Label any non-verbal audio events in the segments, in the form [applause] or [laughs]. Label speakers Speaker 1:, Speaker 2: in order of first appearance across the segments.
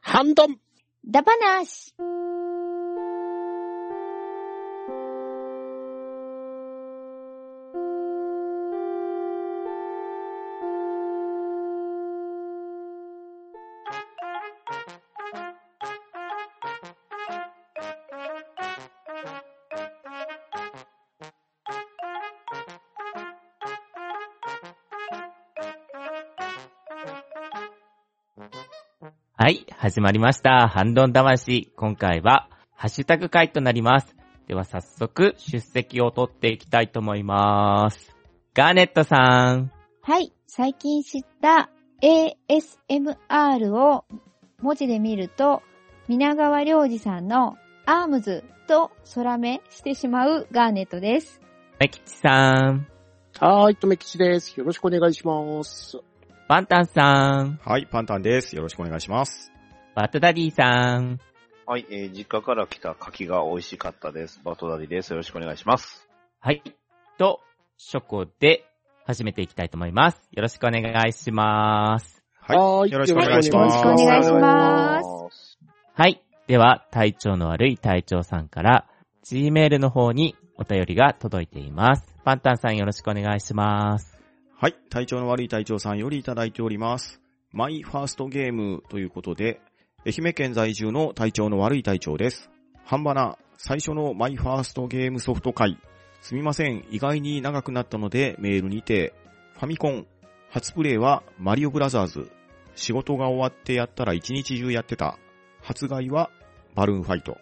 Speaker 1: ハンドン
Speaker 2: だばなし。
Speaker 3: はい、始まりました。ハンドン魂。今回は、ハッシュタグ会となります。では早速、出席を取っていきたいと思います。ガーネットさん。
Speaker 2: はい。最近知った ASMR を文字で見ると、皆川良二さんのアームズと空目してしまうガーネットです。
Speaker 3: メキチさん。
Speaker 1: はーい、とめきちです。よろしくお願いします。
Speaker 3: バンタンさん。
Speaker 4: はい、パンタンです。よろしくお願いします。
Speaker 3: バトダディさん。
Speaker 5: はい、えー実家から来た柿が美味しかったです。バトダディです。よろしくお願いします。。
Speaker 3: はい。と、ショコで、始めていきたいと思います。よろしくお願いします。
Speaker 1: はー
Speaker 4: はいい、よろしくお願いします。
Speaker 2: よろしくお願いします
Speaker 3: はい。では、体調の悪い隊長さんから、Gmail の方にお便りが届いています。パンタンさんよろしくお願いします。
Speaker 4: はい、体調の悪い隊長さんよりいただいております。マイファーストゲームということで、愛媛県在住の体調の悪い隊長です。半ばな、最初のマイファーストゲームソフト会。すみません、意外に長くなったのでメールにて、ファミコン、初プレイはマリオブラザーズ。仕事が終わってやったら一日中やってた。発売はバルーンファイト。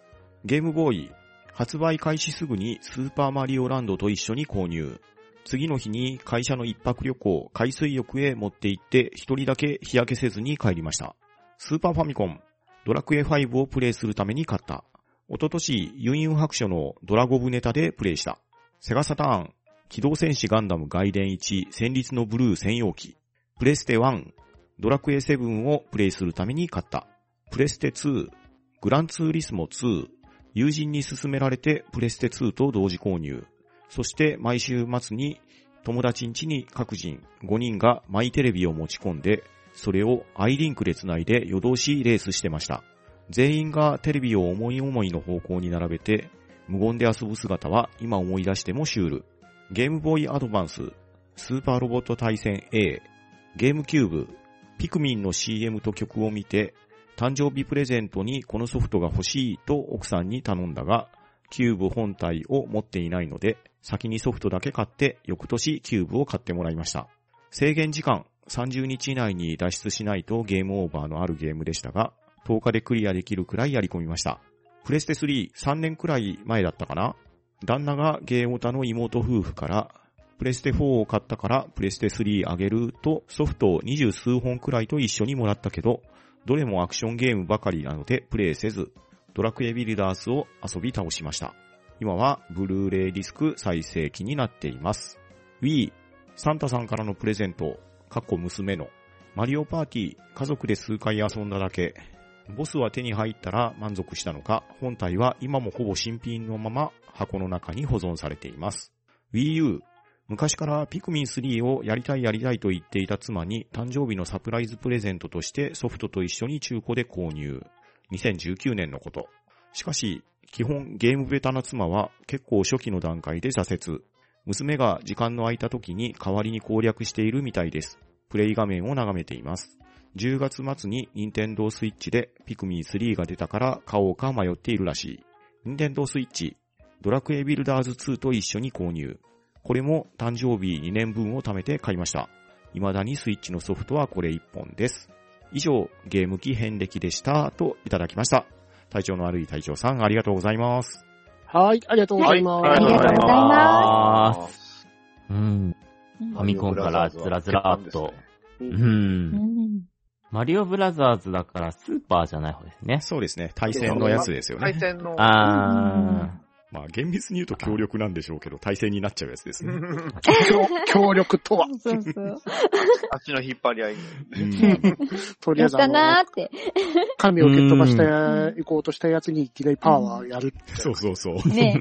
Speaker 4: ゲームボーイ、発売開始すぐにスーパーマリオランドと一緒に購入。次の日に会社の一泊旅行、海水浴へ持って行って一人だけ日焼けせずに帰りました。スーパーファミコン、ドラクエ5をプレイするために買った。一昨年、ユンユン白書のドラゴブネタでプレイした。セガサターン、機動戦士ガンダム外伝1、戦慄のブルー専用機。プレステ1、ドラクエ7をプレイするために買った。プレステ2、グランツーリスモ2、友人に勧められてプレステ2と同時購入。そして毎週末に友達ん家に各人5人がマイテレビを持ち込んで、それをアイリンクで繋いで夜通しレースしてました。全員がテレビを思い思いの方向に並べて、無言で遊ぶ姿は今思い出してもシュール。ゲームボーイアドバンス、スーパーロボット対戦 A、ゲームキューブ、ピクミンの CM と曲を見て、誕生日プレゼントにこのソフトが欲しいと奥さんに頼んだが、キューブ本体を持っていないので、先にソフトだけ買って、翌年キューブを買ってもらいました。制限時間30日以内に脱出しないとゲームオーバーのあるゲームでしたが、10日でクリアできるくらいやり込みました。プレステ3、3年くらい前だったかな旦那がゲーオタの妹夫婦から、プレステ4を買ったからプレステ3あげるとソフトを20数本くらいと一緒にもらったけど、どれもアクションゲームばかりなのでプレイせず、ドラクエビルダースを遊び倒しました。今はブルーレイディスク再生期になっています。Wii、サンタさんからのプレゼント、かっこ娘の、マリオパーティー、家族で数回遊んだだけ、ボスは手に入ったら満足したのか、本体は今もほぼ新品のまま箱の中に保存されています。Wii U、昔からピクミン3をやりたいやりたいと言っていた妻に誕生日のサプライズプレゼントとしてソフトと一緒に中古で購入。2019年のこと。しかし、基本ゲームベタな妻は結構初期の段階で挫折。娘が時間の空いた時に代わりに攻略しているみたいです。プレイ画面を眺めています。10月末に任天堂スイッチでピクミン3が出たから買おうか迷っているらしい。任天堂スイッチ、ドラクエビルダーズ2と一緒に購入。これも誕生日2年分を貯めて買いました。未だにスイッチのソフトはこれ1本です。以上、ゲーム機遍歴でした、といただきました。体調の悪い隊長さん、ありがとうございます。
Speaker 1: はーい、ありがとうございます。
Speaker 2: はいありがとうございます
Speaker 3: うん。ファミコンからずらずらっと。
Speaker 1: う
Speaker 3: うん。
Speaker 2: うんん
Speaker 3: マリオブラザーズだからスーパーじゃない方ですね。
Speaker 4: そうですね、対戦のやつですよ
Speaker 5: 回
Speaker 4: ね。
Speaker 5: 転の。
Speaker 3: あ
Speaker 4: まあ、厳密に言うと協力なんでしょうけど、対戦になっちゃうやつですね。
Speaker 1: 協協
Speaker 2: [laughs]
Speaker 1: 力とは。
Speaker 2: そうそう。
Speaker 5: あっちの引っ張り合い。
Speaker 3: うん
Speaker 1: とりあえ
Speaker 2: やっ
Speaker 1: ず、あ
Speaker 2: た
Speaker 1: の
Speaker 2: な、ーって。
Speaker 1: 神を蹴っ飛ばしていこうとしたやつにいきなりパワーやる。
Speaker 4: そうそうそう。
Speaker 2: ね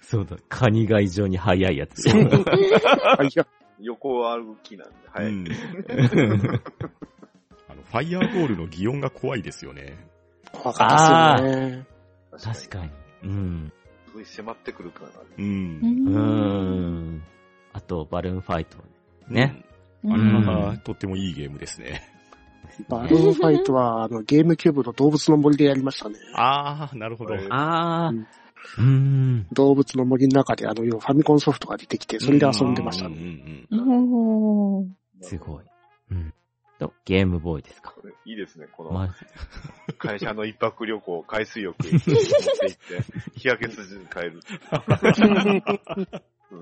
Speaker 3: そうだ。カニが異常に速いやつ。
Speaker 1: はい、いや
Speaker 5: 横歩きなんで、はい。
Speaker 4: うんあの、ファイヤーボールの擬音が怖いですよね。
Speaker 1: 怖かったですよね。
Speaker 3: 確かに。うん。
Speaker 5: すごい迫ってくるからね。
Speaker 4: うん。
Speaker 3: うーん。あと、バルーンファイト。ね。
Speaker 4: あ
Speaker 3: ん
Speaker 4: れ
Speaker 3: う
Speaker 4: は、とってもいいゲームですね。
Speaker 1: バルーンファイトは、あの、ゲームキューブの動物の森でやりましたね。
Speaker 4: あー、なるほど。
Speaker 5: はい
Speaker 3: あー。うーん。
Speaker 1: 動物の森の中で、あの、要はファミコンソフトが出てきて、それで遊んでました
Speaker 4: うんう
Speaker 1: ね。
Speaker 4: ん
Speaker 2: おー
Speaker 3: すごい。うん。と、ゲームボーイですか。
Speaker 5: これいいですね、この
Speaker 3: ま
Speaker 5: 会社の一泊旅行、海水浴に
Speaker 3: [laughs]
Speaker 5: 持って行って、日焼け筋に変える、う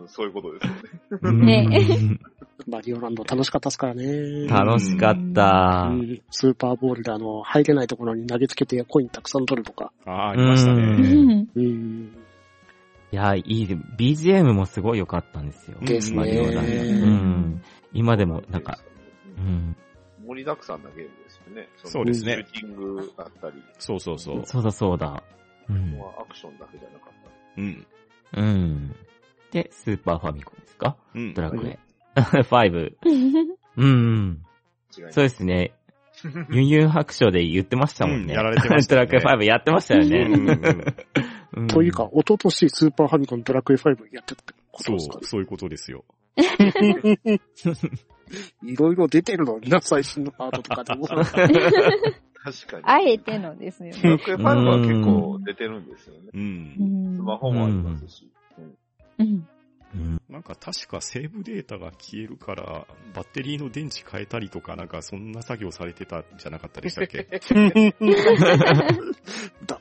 Speaker 5: ん。そういうことですよね。
Speaker 3: あ、
Speaker 2: ね
Speaker 3: うん
Speaker 1: マリオランド楽しかったですからね。
Speaker 3: 楽しかった
Speaker 1: う。んスーパーボールであの、入れないところに投げつけてコインたくさん取るとか。
Speaker 4: あー、ありました
Speaker 2: う
Speaker 4: ね。
Speaker 2: ん。
Speaker 1: うん。
Speaker 3: いや、いい、BGM もすごい良かったんですよ。
Speaker 1: ですね
Speaker 3: マリオランドうん。今でも、なんか、う
Speaker 5: うん
Speaker 3: ん。
Speaker 5: 盛りだくさんなゲームですよね。の
Speaker 4: そうですね
Speaker 5: シューティングだったり、
Speaker 4: そうそうそう。
Speaker 3: そうだそうだ。うん。
Speaker 5: まあアクションだけじゃなかった。
Speaker 4: うん。
Speaker 3: うん。で、スーパーファミコンですか
Speaker 4: うん
Speaker 3: ドラクエ。5。うん。
Speaker 5: 違います
Speaker 3: そうですね。ユンユン白書で言ってましたもん
Speaker 4: うん
Speaker 3: ね。
Speaker 4: やられてました
Speaker 3: ド
Speaker 4: ね
Speaker 3: ラクエ5やってましたよ
Speaker 4: うんう
Speaker 3: ね。
Speaker 4: んうん
Speaker 3: ん
Speaker 1: というか、、一昨年スーパーファミコンドラクエ5やってたってこと
Speaker 4: そ
Speaker 1: ですか
Speaker 4: う、そういうことですよ。
Speaker 1: ね。いろいろ出てるのにな、最新のパートとかでも。
Speaker 5: 確かに。
Speaker 2: あえてのですよ
Speaker 5: ドラ
Speaker 2: ね。
Speaker 5: クエ5は結構出てるんですよね。
Speaker 4: う。
Speaker 2: うんん
Speaker 5: スマホもありますし。
Speaker 2: うん
Speaker 3: うん
Speaker 4: なんか確かセーブデータが消えるから、バッテリーの電池変えたりとか、なんかそんな作業されてたんじゃなかったでしたっけ
Speaker 1: だ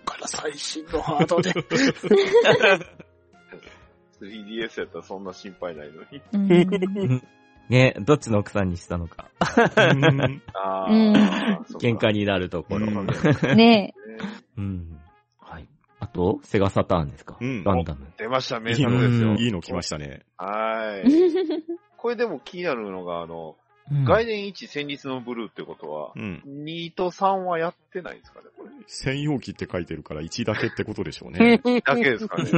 Speaker 1: から最新のハードで。
Speaker 5: 3DS やったらそんな心配ないのに。
Speaker 2: うん
Speaker 3: ね、どっちの奥さんにしたのか。
Speaker 4: うん
Speaker 5: あ
Speaker 2: う
Speaker 5: あ、そっか
Speaker 3: 喧嘩。になるところ。
Speaker 4: うん
Speaker 2: ね
Speaker 3: うん。はい。あと、セガサターンですか
Speaker 4: うん
Speaker 3: ガンダム。
Speaker 5: 出ました、名
Speaker 4: いい
Speaker 5: 作ですよ
Speaker 4: の、。いいの来ましたね。
Speaker 5: は
Speaker 2: え
Speaker 5: ーい。これでも気になるのが、あの、外伝1戦慄のブルーってことは、
Speaker 4: うん。
Speaker 5: 2と3はやってないんですかね、これ。
Speaker 4: 専用機って書いてるから1だけってことでしょうね。
Speaker 5: だけですかね。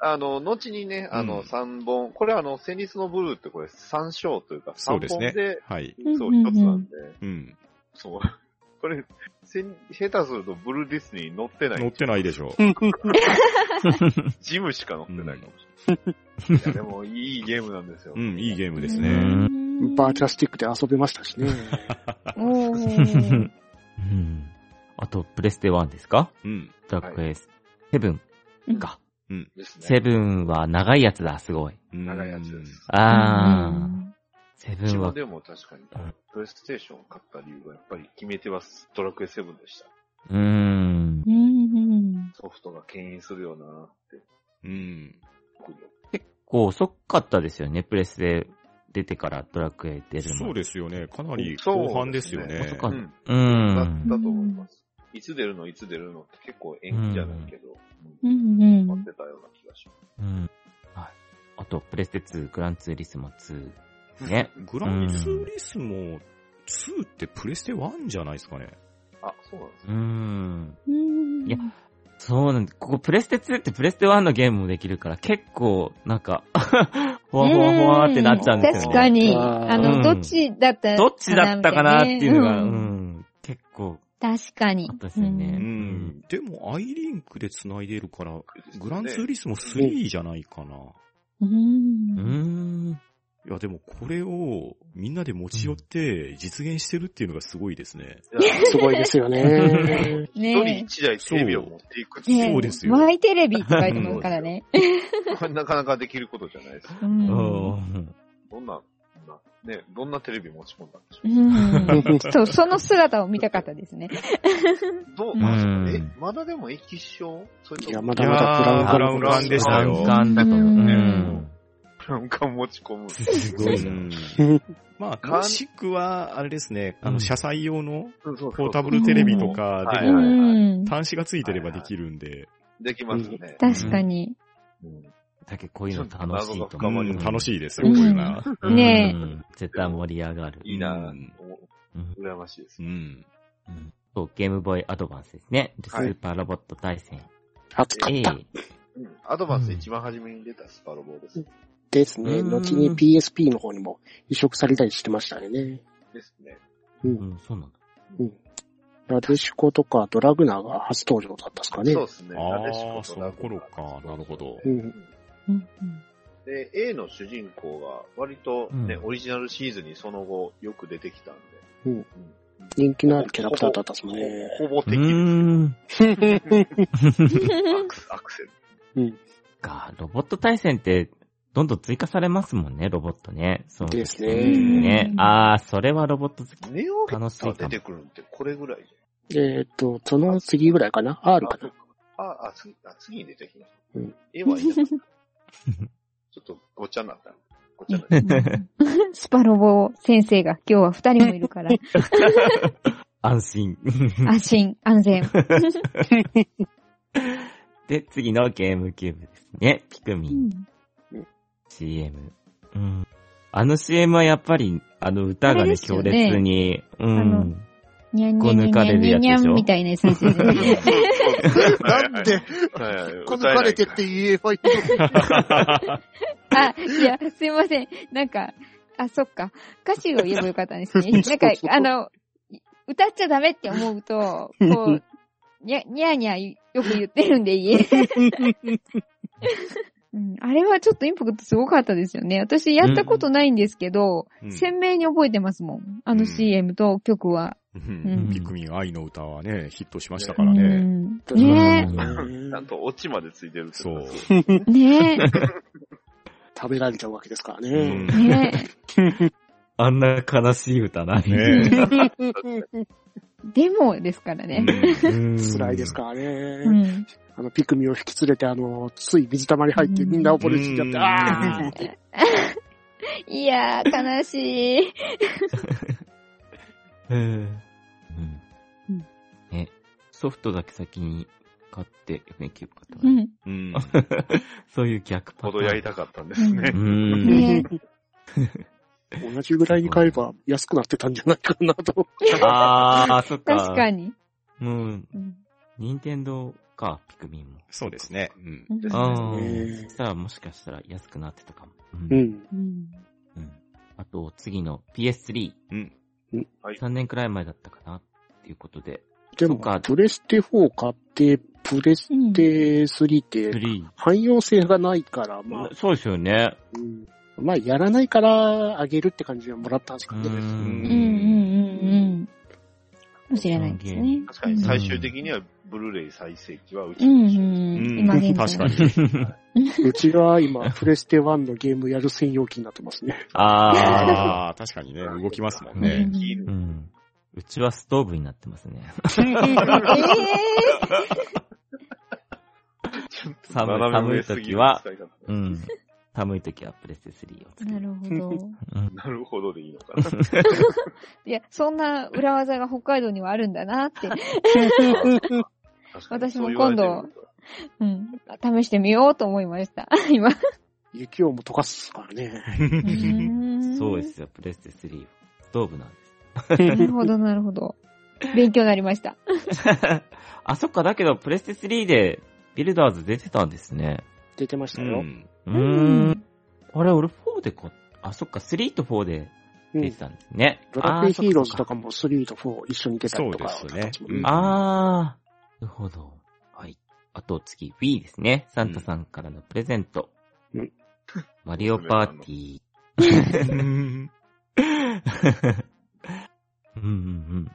Speaker 5: あの、後にね、あ
Speaker 4: うん
Speaker 5: の、3本、これあの、戦慄のブルーってこれ3章というか、
Speaker 4: そう
Speaker 5: 3
Speaker 4: です
Speaker 5: 本
Speaker 4: ね
Speaker 5: で、
Speaker 4: はい。
Speaker 5: そう
Speaker 2: う、んうんうん
Speaker 5: 一つなんで、
Speaker 4: うん。
Speaker 5: そう。 [laughs] これ、せん下手するとブルーディスニーに乗ってな
Speaker 4: 乗っ
Speaker 5: い。
Speaker 4: てないでしょ
Speaker 5: ジムしか乗ってないかもしれない。いや、でも、いいゲームなんですよ。
Speaker 4: う。うん、いいゲームです
Speaker 3: う
Speaker 4: ね。
Speaker 1: [laughs]
Speaker 2: ん
Speaker 1: バーチャスティックで遊べました [laughs] しね。
Speaker 2: おー
Speaker 3: うん。あと、プレステ1ですか
Speaker 4: うん。
Speaker 3: ドラクエセブンか。
Speaker 5: ですね。
Speaker 3: セブンは長いやつだ、すごい。
Speaker 4: うん
Speaker 5: 長いやつです。
Speaker 3: あー。セ
Speaker 5: 自
Speaker 3: ブン
Speaker 5: 分
Speaker 3: は、
Speaker 5: でも確かに
Speaker 3: うん、
Speaker 5: プレイステーションを買った理由がやっぱり決め手はドラクエ7でした。
Speaker 3: うーん。
Speaker 2: うんうん
Speaker 5: ソフトが牽引するよなーって、
Speaker 4: うん。
Speaker 5: 僕に
Speaker 3: こう、遅かったですよね、プレステ出てからドラクエ出るの。
Speaker 4: そ
Speaker 3: で
Speaker 4: うですよね。かなり後半ですよ
Speaker 5: そう
Speaker 3: で
Speaker 4: ね
Speaker 3: す。
Speaker 5: う
Speaker 3: ね
Speaker 5: ん。
Speaker 3: う
Speaker 5: だっ
Speaker 3: ん
Speaker 5: た。と思います。いつ出るのいつ出るのって結構延期じゃないけど、
Speaker 2: う
Speaker 5: うん
Speaker 2: んう
Speaker 5: 待っ
Speaker 2: ん
Speaker 5: てたような気がしま
Speaker 3: うん。はい。あと、プレステ2、グランツーリスモ2ですね。
Speaker 4: グランツーリスも2ってプレステ1じゃないですかね。
Speaker 5: す。あ、そうなんです
Speaker 3: うー
Speaker 5: ね。
Speaker 3: ん。
Speaker 2: うん。
Speaker 3: いやそうなんで、ここプレステ2ってプレステ1のゲームもできるから、結構、なんか、 [laughs] ほわほわほわってなっちゃうんです
Speaker 2: 確
Speaker 3: よね。
Speaker 2: かに、
Speaker 1: あー
Speaker 2: あ
Speaker 3: うん
Speaker 2: の、どっちだった
Speaker 3: どっちだったかなっていうのが、う
Speaker 2: うん
Speaker 3: ん、結構
Speaker 2: 確かに
Speaker 3: あったですよね。
Speaker 4: う。
Speaker 3: うんん。
Speaker 4: でも、アイリンクで繋いでるから、
Speaker 5: ね
Speaker 4: グランツーリスも3じゃないかな。
Speaker 2: うん
Speaker 3: うーん。
Speaker 4: いや、でもこれをみんなで持ち寄って実現してるっていうのがすごいですね。
Speaker 5: いや
Speaker 1: すごいですよ [laughs] ね。
Speaker 5: 一人
Speaker 2: ね
Speaker 5: 一台テレビを持っていくって
Speaker 2: え。ねえ
Speaker 5: い
Speaker 4: そううですよ
Speaker 2: マイテレビって書いてますからね。
Speaker 5: こ [laughs] れなかなかできることじゃないです。
Speaker 2: うん
Speaker 3: うん
Speaker 5: どんな、なね、どんなテレビ持ち込んだんでしょ
Speaker 2: う
Speaker 5: う。
Speaker 2: んそう、その姿を見たかったですね。
Speaker 5: どう、
Speaker 2: うん
Speaker 5: え、まだでも液晶それとも
Speaker 1: いやまだまだブラウン
Speaker 4: いやーブラウンでした
Speaker 3: ブ
Speaker 4: よ
Speaker 3: ラウン管だと思う。
Speaker 2: うん
Speaker 3: うん。
Speaker 5: ブラウン管持ち込む。
Speaker 3: すごいな。
Speaker 4: まあ、もしくは、あれですね、あ
Speaker 3: う
Speaker 4: の、
Speaker 3: ん
Speaker 4: 車載用のポ
Speaker 5: ポ
Speaker 4: ータブルテレビとか
Speaker 5: は
Speaker 4: で
Speaker 5: い
Speaker 2: うんう
Speaker 4: も、
Speaker 2: ん
Speaker 4: 端子がついてればできるんで、
Speaker 5: できますね。
Speaker 2: 確かに。
Speaker 5: うん
Speaker 3: だけどこういうの楽しいと
Speaker 5: うん
Speaker 4: う
Speaker 3: 思う。
Speaker 4: ん、楽しいですよ、
Speaker 2: う
Speaker 4: こ
Speaker 2: ん
Speaker 4: ういうな。
Speaker 3: うん
Speaker 2: ね
Speaker 3: 絶対盛り上がる。
Speaker 5: いいなぁ
Speaker 4: うん
Speaker 3: うん
Speaker 5: 羨ましいで
Speaker 4: う。
Speaker 5: す
Speaker 4: ん。
Speaker 3: うんそう、ゲームボーイアドバンスですね。でス
Speaker 5: はい
Speaker 3: ーパーロボット対戦。
Speaker 1: 暑かった。
Speaker 5: うんアドバンス一番初めに出たスパロボです。
Speaker 1: ですね。
Speaker 3: うん
Speaker 1: 後に PSP の方にも移植されたりしてましたね。
Speaker 5: ですね。
Speaker 1: う。
Speaker 3: うんん、そうなんだ。
Speaker 1: ラデシコとかドラグナーが初登場だったですかね。
Speaker 5: そうですね。なでし
Speaker 4: ああ、
Speaker 5: こ
Speaker 4: そ
Speaker 5: と
Speaker 4: の
Speaker 5: な
Speaker 4: 頃か。なるほど。
Speaker 1: うん。
Speaker 2: うん
Speaker 5: で、A の主人公が割とね、
Speaker 3: うん
Speaker 5: オリジナルシリーズンにその後よく出てきたんで。
Speaker 1: うん人気のあるキャラクターだったですもんね。
Speaker 5: ほぼほぼ
Speaker 3: う
Speaker 5: 敵ですね。
Speaker 3: ーん。
Speaker 5: アクセアクセル。
Speaker 3: か、ロボット対戦って、どんどん追加されますもんね、ロボットね。そう
Speaker 1: です
Speaker 2: う
Speaker 1: ね。
Speaker 2: ん
Speaker 3: ね。あー、それはロボット好き。 [laughs]
Speaker 5: ネオヘ
Speaker 3: 楽し
Speaker 5: ッ
Speaker 3: そう
Speaker 5: ダ
Speaker 3: かも
Speaker 5: ー出てくるんってこれぐらい
Speaker 1: [laughs]
Speaker 5: じ
Speaker 1: えっと、その次ぐらいかな ?R
Speaker 5: ゃ
Speaker 1: か
Speaker 5: ん。あ
Speaker 1: な、
Speaker 5: あ、あ次、あ、次に出てきました。
Speaker 1: う
Speaker 5: うんん、絵はいなかった。ちょっとごちゃになった。ごちゃにな
Speaker 2: う
Speaker 5: っ
Speaker 2: んうんスパロボ先生が今日は二人もいるから、
Speaker 3: 安心。
Speaker 2: 安心、安全。
Speaker 3: で、次のゲームキューブですね。ピクミン。CM。うん。あの CM はやっぱり、あの歌が
Speaker 2: あれ
Speaker 3: ね、
Speaker 2: です
Speaker 3: 強
Speaker 2: よね
Speaker 3: 烈に、う
Speaker 2: あの
Speaker 3: ん。
Speaker 2: にゃんにゃんにゃんにゃんにゃんにゃんみたいなやつで
Speaker 1: [laughs]
Speaker 2: すよね。
Speaker 5: た。
Speaker 1: なんで、
Speaker 5: はいはい、
Speaker 1: こ抜かれてっ
Speaker 5: 歌え
Speaker 1: て言えばいいのに
Speaker 2: あ、いや、すいません。なんか、あ、そっか。歌詞を言えばよかったんですね。なんか、あの、歌っちゃダメって思うと、こう、にゃ、にゃーにゃーよく言ってるんで言え。うん、あれはちょっとインパクトすごかったですよね。私やったことないんですけど、
Speaker 4: うん
Speaker 2: 鮮明に覚えてますもん。あの CM と曲は。
Speaker 4: うん
Speaker 2: うん
Speaker 4: ピクミン愛の歌はね、ヒットしましたから
Speaker 2: う
Speaker 4: ね。
Speaker 2: ん
Speaker 1: 確かに
Speaker 2: ね
Speaker 5: ないちゃんとオチまでついてるって
Speaker 4: そ
Speaker 5: こと
Speaker 4: う。
Speaker 2: え、ね
Speaker 1: 食べられちゃうわけですから
Speaker 4: う
Speaker 1: ね。
Speaker 2: え、
Speaker 4: ん
Speaker 2: ねえ。
Speaker 3: [laughs] あんな悲しい歌ない。
Speaker 4: ね
Speaker 2: でもですからね。
Speaker 1: [laughs] 辛いです
Speaker 3: か
Speaker 1: から
Speaker 2: う
Speaker 1: ね。
Speaker 2: ん。
Speaker 1: あの、ピクミンを引き連れて、あの、つい水溜まり入ってみんな溺れ死んじゃって、
Speaker 4: うん
Speaker 1: ああ
Speaker 2: いやー、悲しい。
Speaker 3: うん。
Speaker 2: うん
Speaker 3: ね。ソフトだけ先に買って、FA キューブ買った
Speaker 2: う
Speaker 3: の
Speaker 2: ん。
Speaker 4: うん。
Speaker 3: そういう逆パター
Speaker 5: ほ
Speaker 3: ン
Speaker 5: どやりたかったんですね
Speaker 3: う。
Speaker 2: ね [laughs]
Speaker 3: ん。
Speaker 1: 同じぐらいに買えば安くなってたんじゃないかなと。
Speaker 3: あー、そっか。
Speaker 2: 確かに。
Speaker 3: うん。
Speaker 2: うん
Speaker 3: 任天堂か、ピクミンも。
Speaker 4: そうですね。うん
Speaker 5: ですね
Speaker 3: あ
Speaker 1: ね
Speaker 3: ー。そしたらもしかしたら安くなってたかも。うん
Speaker 1: うん。
Speaker 2: うん
Speaker 3: うん。あと、次の PS3。
Speaker 4: うん。
Speaker 5: はい
Speaker 3: 3年くらい前だったかなっていうことで。
Speaker 1: で
Speaker 3: そ
Speaker 1: も
Speaker 3: っか、
Speaker 1: プレステ4買って、プレス
Speaker 2: うん
Speaker 1: テ3って
Speaker 3: 3。
Speaker 1: 汎用性がないから、まあ、
Speaker 3: そうですよね。
Speaker 1: うんまあ、やらないからあげるって感じでもらったんですか
Speaker 3: う
Speaker 1: ね。
Speaker 2: うんうんう
Speaker 3: ん
Speaker 2: んうん。かもしれないですね。
Speaker 5: 確かに
Speaker 3: さ
Speaker 5: 最終的にはブルーレイ最盛期はう
Speaker 2: う
Speaker 5: ち
Speaker 2: ん
Speaker 5: の
Speaker 2: う
Speaker 5: 主人
Speaker 2: ん
Speaker 4: う
Speaker 2: うんん。今現在。
Speaker 4: 確かに。
Speaker 1: うちは今、 [laughs] プレステ1のゲームやる専用機になってます
Speaker 3: [laughs]
Speaker 1: ね。
Speaker 3: ああ。
Speaker 4: ああ、確かにね、動きますもん
Speaker 2: う
Speaker 4: ね
Speaker 2: ん。
Speaker 3: うん。うちはストーブになってますね。 [laughs]
Speaker 2: え
Speaker 3: 寒い、
Speaker 5: 斜め
Speaker 3: 寒
Speaker 5: 上
Speaker 3: い
Speaker 5: すぎ
Speaker 3: 時
Speaker 5: る
Speaker 3: は、
Speaker 5: 使い方
Speaker 3: うん。寒い時はプレステ3
Speaker 2: え
Speaker 3: を使
Speaker 2: な
Speaker 3: る。
Speaker 2: るほど。
Speaker 3: うん。
Speaker 5: なるほどでいいのかな。
Speaker 2: いや、そんな裏技が北海道にはあるんだなって。
Speaker 5: 確かに
Speaker 2: 私も今度。うん。試してみようと思いました。今。
Speaker 1: 雪をも溶かすからね。
Speaker 3: そうで
Speaker 2: う
Speaker 3: すよ、プレステ3は。ストーブなんです。 [laughs]
Speaker 2: ーん。なるほど、なるほど。勉強になりました。
Speaker 3: あ、そっか、だけど、プレステ3で、ビルダーズ出てたんですね。
Speaker 1: 出てまし
Speaker 4: う
Speaker 1: たよ。
Speaker 4: ん。
Speaker 3: う
Speaker 2: う
Speaker 3: ーん。。あれ、俺4で買っあ、そっか、3と4で
Speaker 1: うん
Speaker 3: 出てたんですね。
Speaker 1: ドラクエ
Speaker 3: あ
Speaker 1: ヒーローズと
Speaker 3: も
Speaker 1: かも3と4一緒に出たりとか。
Speaker 4: そうですねうん
Speaker 3: あー、なるほど。はい。あと次、Wii ですね。サンタさんからのプレゼント。
Speaker 1: うん
Speaker 3: マリオパーティー。
Speaker 4: うん
Speaker 3: うんうんうん。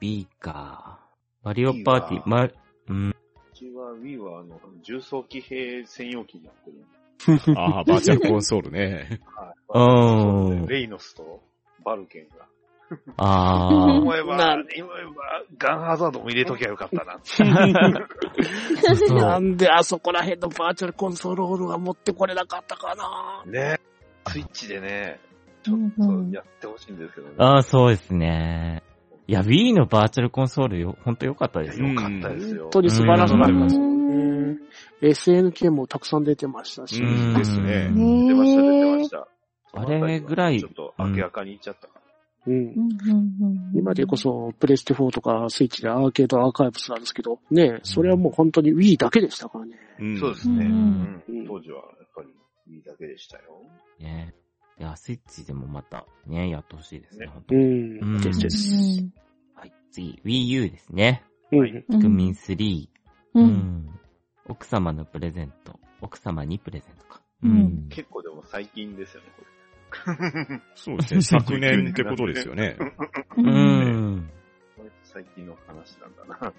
Speaker 3: Wii か。マリオパーティー、
Speaker 5: Wii
Speaker 3: ま、
Speaker 5: うちは Wii はあの、重装機兵専用機になってるんで。
Speaker 4: ああ、バーチャルコンソールね。
Speaker 5: はい
Speaker 3: うん
Speaker 5: レイノスとバルケンが。
Speaker 3: あー。
Speaker 5: 思えば、今えば、ガンハザードも入れときゃよかったな。
Speaker 3: [laughs] そう
Speaker 1: なんであそこら辺のバーチャルコンソールホールは持ってこれなかったかな
Speaker 5: ね。スイッチでね、ちょ
Speaker 2: うんう
Speaker 5: っ
Speaker 2: ん
Speaker 5: とやってほしいんですけどね。
Speaker 3: あー、そうですね。いや、Wii のバーチャルコンソールよ、ほんと良かったですよ。
Speaker 5: よかったですよ
Speaker 1: 本。当に素晴らしかったですよ
Speaker 2: う
Speaker 1: ね。SNK もたくさん出てましたし。
Speaker 4: うん。ですね。
Speaker 2: ね
Speaker 5: 出ました、出てました。
Speaker 3: あれぐらい
Speaker 5: ちょっと明らかにいっちゃったか
Speaker 1: うん
Speaker 2: うんうんうん
Speaker 1: 今でこそ、プレステ4とかスイッチでアーケードアーカイブスなんですけど、ね、それはもう本当に Wii だけでしたからね。
Speaker 4: うん
Speaker 5: ら。そうですね。
Speaker 2: う
Speaker 5: うんん
Speaker 1: うん
Speaker 5: 当時はやっぱりいいだけでしたよ。
Speaker 3: ね。いや、スイッチでもまたね、やってほしいですね。
Speaker 5: ね
Speaker 3: 本当
Speaker 1: う
Speaker 3: に
Speaker 1: ん。
Speaker 3: うん
Speaker 4: ですで
Speaker 2: う
Speaker 4: す
Speaker 2: ん
Speaker 3: はい、次、Wii U ですね。
Speaker 1: うん。
Speaker 2: う
Speaker 3: ク
Speaker 2: ん
Speaker 3: ミン3。
Speaker 2: う。
Speaker 3: うんん。奥様のプレゼント。奥様にプレゼントか。
Speaker 2: うん
Speaker 5: 結構でも最近ですよね、 [laughs] こ
Speaker 4: そうですね。昨年ってことですよね。
Speaker 2: う
Speaker 3: うんん。
Speaker 5: れ。割と最近の話なんだな、って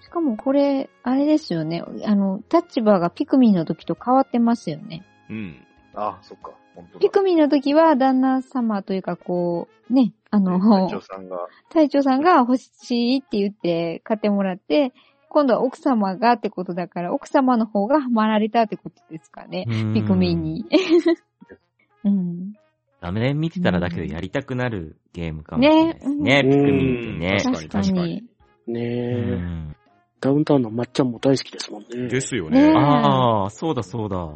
Speaker 2: しかもこれ、あれですよね。あの、立場がピクミンの時と変わってますよね。
Speaker 4: うん。
Speaker 5: あ、そっか、本当だ。
Speaker 2: ピクミンの時は旦那様というかこう、ね、あの、
Speaker 5: 隊長さんが、
Speaker 2: 隊長さんが欲しいって言って買ってもらって、今度は奥様がってことだから、奥様の方がハマられたってことですかね。ピクミン。に。うん。
Speaker 3: 画面見てたらだけどやりたくなるゲームかもしれないですね。
Speaker 1: ね
Speaker 3: ピクミンってね。
Speaker 2: 確
Speaker 4: 確
Speaker 2: か
Speaker 4: かに
Speaker 2: に。
Speaker 1: ね
Speaker 3: う
Speaker 1: え。
Speaker 3: ん
Speaker 1: ダウンタウンのまっちゃんも大好きですもんね。
Speaker 4: ですよ
Speaker 2: ね
Speaker 4: ね。
Speaker 2: え
Speaker 3: ああ、そうだそうだ。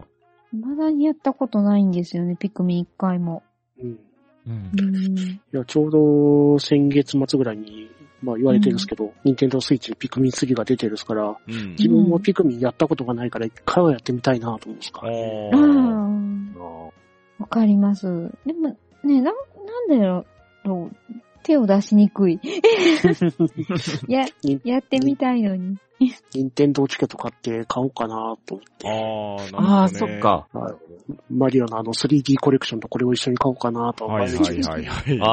Speaker 2: 未だにやったことないんですよね、ピクミン一回も。
Speaker 1: うん。
Speaker 3: うん
Speaker 2: う。ん。
Speaker 1: いや、ちょうど先月末ぐらいに、まあ言われてるんですけど、ニンテンドースイッチにピクミン3が出てるですから、
Speaker 4: うん。
Speaker 1: 自分もピクミンやったことがないから、一回はやってみたいなと思うんですか
Speaker 4: あ
Speaker 1: ら、ね。
Speaker 2: ああ
Speaker 4: ー。
Speaker 5: あ
Speaker 2: わかります。でも、ね、なん、なんだろう、手を出しにくい。
Speaker 3: [laughs]
Speaker 2: や、やってみたいのに。
Speaker 1: ニンテンドーチケット買って買おうかなと思って。
Speaker 4: あー、
Speaker 3: あ
Speaker 4: な
Speaker 3: あ、
Speaker 4: るほど
Speaker 3: そ
Speaker 4: ね
Speaker 3: っ。か。
Speaker 5: なるほど。
Speaker 1: マリオのあの 3D コレクションとこれを一緒に買おうかなと
Speaker 4: は
Speaker 1: 毎日
Speaker 4: いは
Speaker 1: で
Speaker 4: い
Speaker 1: す
Speaker 4: はい
Speaker 1: ね。
Speaker 4: はい。
Speaker 3: あ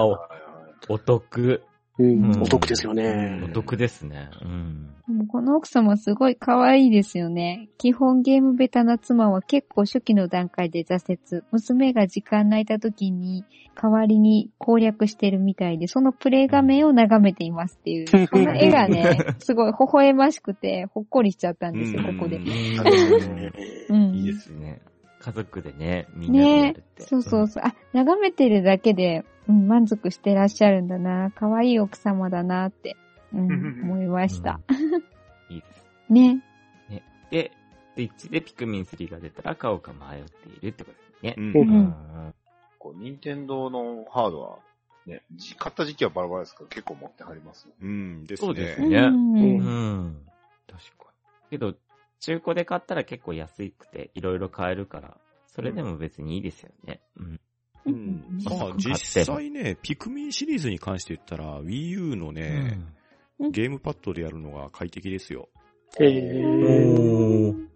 Speaker 3: あ、お
Speaker 5: はいはい
Speaker 3: お得。
Speaker 1: うん
Speaker 3: うん
Speaker 1: お得ですよ
Speaker 3: お
Speaker 1: ね。
Speaker 3: 得ですね。うん。
Speaker 2: もうこの奥様すごい可愛いですよね。基本ゲームベタな妻は結構初期の段階で挫折。娘が時間泣いた時に代わりに攻略してるみたいで、そのプレイ画面を眺めていますっていう。この絵が
Speaker 3: [laughs]
Speaker 2: ね、すごい微笑ましくて、ほっこりしちゃったんですよ、ここで
Speaker 4: う。
Speaker 1: あの
Speaker 3: なるほど
Speaker 1: ね
Speaker 2: うん。
Speaker 3: いいですね。家族でね、みんなでや
Speaker 2: ね
Speaker 3: るって。
Speaker 2: そうそうそう。あ、眺めてるだけで、うん、満足してらっしゃるんだな。可愛い奥様だなって、うん、思いま
Speaker 3: ま
Speaker 2: した。。
Speaker 3: いいです。
Speaker 2: ね。
Speaker 3: で、スイッチでピクミン3が出たら買おうか迷っているってことですね
Speaker 4: う。
Speaker 2: うんん。
Speaker 5: こう、任天堂のハードは、ね、じ買った時期はバラバラですけど、結構持ってはりますよ。
Speaker 4: うん。です
Speaker 3: そうです
Speaker 2: う
Speaker 4: ね。
Speaker 3: ね
Speaker 2: ん
Speaker 3: う。ん。確かに。けど、中古で買ったら結構安くて、いろいろ買えるから、それでも別にいいですよね。うん。
Speaker 2: う
Speaker 4: うんん。
Speaker 3: あ
Speaker 4: まあ実際ね、ピクミンシリーズに関して言ったら、Wii U のね、ゲームパッドでやるのが快適ですよ。
Speaker 1: え
Speaker 3: お
Speaker 1: ー
Speaker 3: ー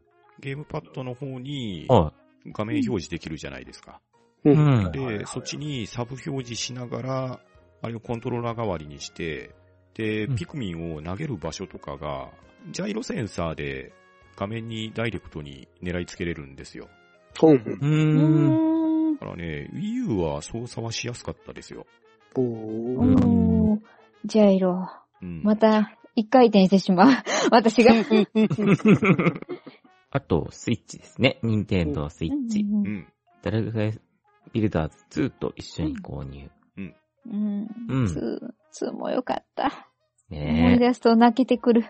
Speaker 4: ゲームパッドの方に
Speaker 3: は
Speaker 4: 画面表示できるじゃないですか。
Speaker 1: う
Speaker 3: い。うんん。
Speaker 5: はいはいは
Speaker 4: で、
Speaker 5: い
Speaker 4: そっちにサブ表示しながら、あれをコントローラー代わりにして、で、
Speaker 3: うん
Speaker 4: ピクミンを投げる場所とかが、ジャイロセンサーで画面にダイレクトに狙いつけれるんですよ。
Speaker 1: ほう
Speaker 3: うー。
Speaker 2: うんん。
Speaker 4: だからね、Wii U は操作はしやすかったですよ。
Speaker 1: ほ
Speaker 2: お
Speaker 1: う
Speaker 3: うん
Speaker 2: ー、ジャイロ。
Speaker 4: うん。
Speaker 2: また、一回転してしまう。 [laughs] 私が。
Speaker 3: [laughs] あと、スイッチですね。任天堂スイッチ。
Speaker 4: う。
Speaker 2: うん
Speaker 3: ドラクエビルダーズ2と一緒に購入。
Speaker 2: ん。
Speaker 3: うん
Speaker 2: ツー、ツーもよかった。思い
Speaker 3: ね
Speaker 2: 出すと泣けてくる。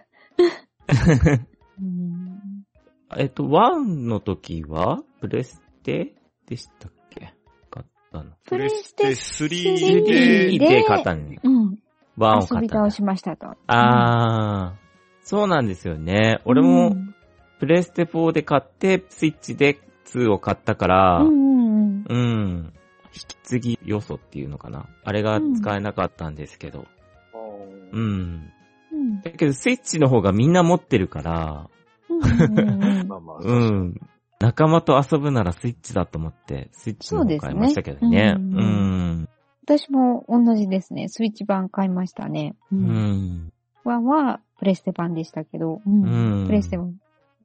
Speaker 2: うん
Speaker 3: [laughs] え。えっと、1の時は、プレステでしたっけ買ったの。
Speaker 2: プ
Speaker 4: プ
Speaker 2: レ
Speaker 4: レ
Speaker 2: ス
Speaker 4: ス
Speaker 2: テ
Speaker 4: テ
Speaker 2: 3
Speaker 4: 3
Speaker 2: で
Speaker 4: で、
Speaker 3: 3で買ったのね。
Speaker 2: うん。
Speaker 3: 1を
Speaker 2: 遊
Speaker 3: 買
Speaker 2: び
Speaker 3: った
Speaker 2: 倒
Speaker 3: の。
Speaker 2: しましたと。
Speaker 3: あー。そうなんですよね。俺も、プレステ4で買って、スイッチで2を買ったから、
Speaker 2: うん、うん
Speaker 3: うん。引き継ぎ要素っていうのかな。あれが使えなかったんですけど。うん。
Speaker 2: うん
Speaker 3: だけど、スイッチの方がみんな持ってるから、
Speaker 2: うんうんうんうん
Speaker 3: [laughs]
Speaker 5: まあまあ、
Speaker 3: うん。仲間と遊ぶならスイッチだと思って、スイッチの
Speaker 2: そう
Speaker 3: 方
Speaker 2: ですね
Speaker 3: 買いましたけどね。
Speaker 2: う
Speaker 3: うんん。
Speaker 2: 私も同じですね。スイッチ版買いましたね。う
Speaker 3: うんん。
Speaker 2: ワンはプレステ版でしたけど、うん
Speaker 3: うん
Speaker 2: プレステ版、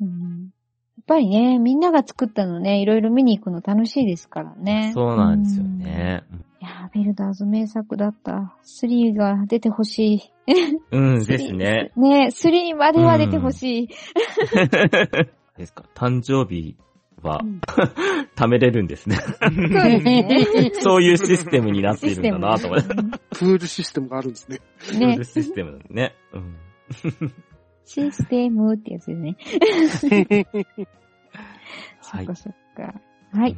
Speaker 2: うんやっぱりね、みんなが作ったのね、いろいろ見に行くの楽しいですからね。
Speaker 3: そうなんですよね。
Speaker 2: うん。いやー、ビルダーズ名作だった。3が出てほしい。
Speaker 3: うん、ですね。
Speaker 2: ね、3までは出てほしい。
Speaker 3: ですか。 [laughs] 誕生日は
Speaker 2: うん、
Speaker 3: [laughs] 貯めれるんですね。
Speaker 2: そうです
Speaker 3: [laughs]
Speaker 2: ね。
Speaker 3: そういうシステムになってい
Speaker 2: シ
Speaker 3: る
Speaker 2: ス
Speaker 3: ん
Speaker 2: テ
Speaker 3: だ
Speaker 2: ム
Speaker 3: なと思って。
Speaker 1: プールシステムがあるんですね。
Speaker 3: そう
Speaker 2: ね
Speaker 3: [laughs] いう、システムなんでね。うん。
Speaker 2: システムってやつですね。そ
Speaker 3: は
Speaker 2: っ
Speaker 3: い
Speaker 2: か。そっか。は
Speaker 3: う
Speaker 2: い。
Speaker 3: ん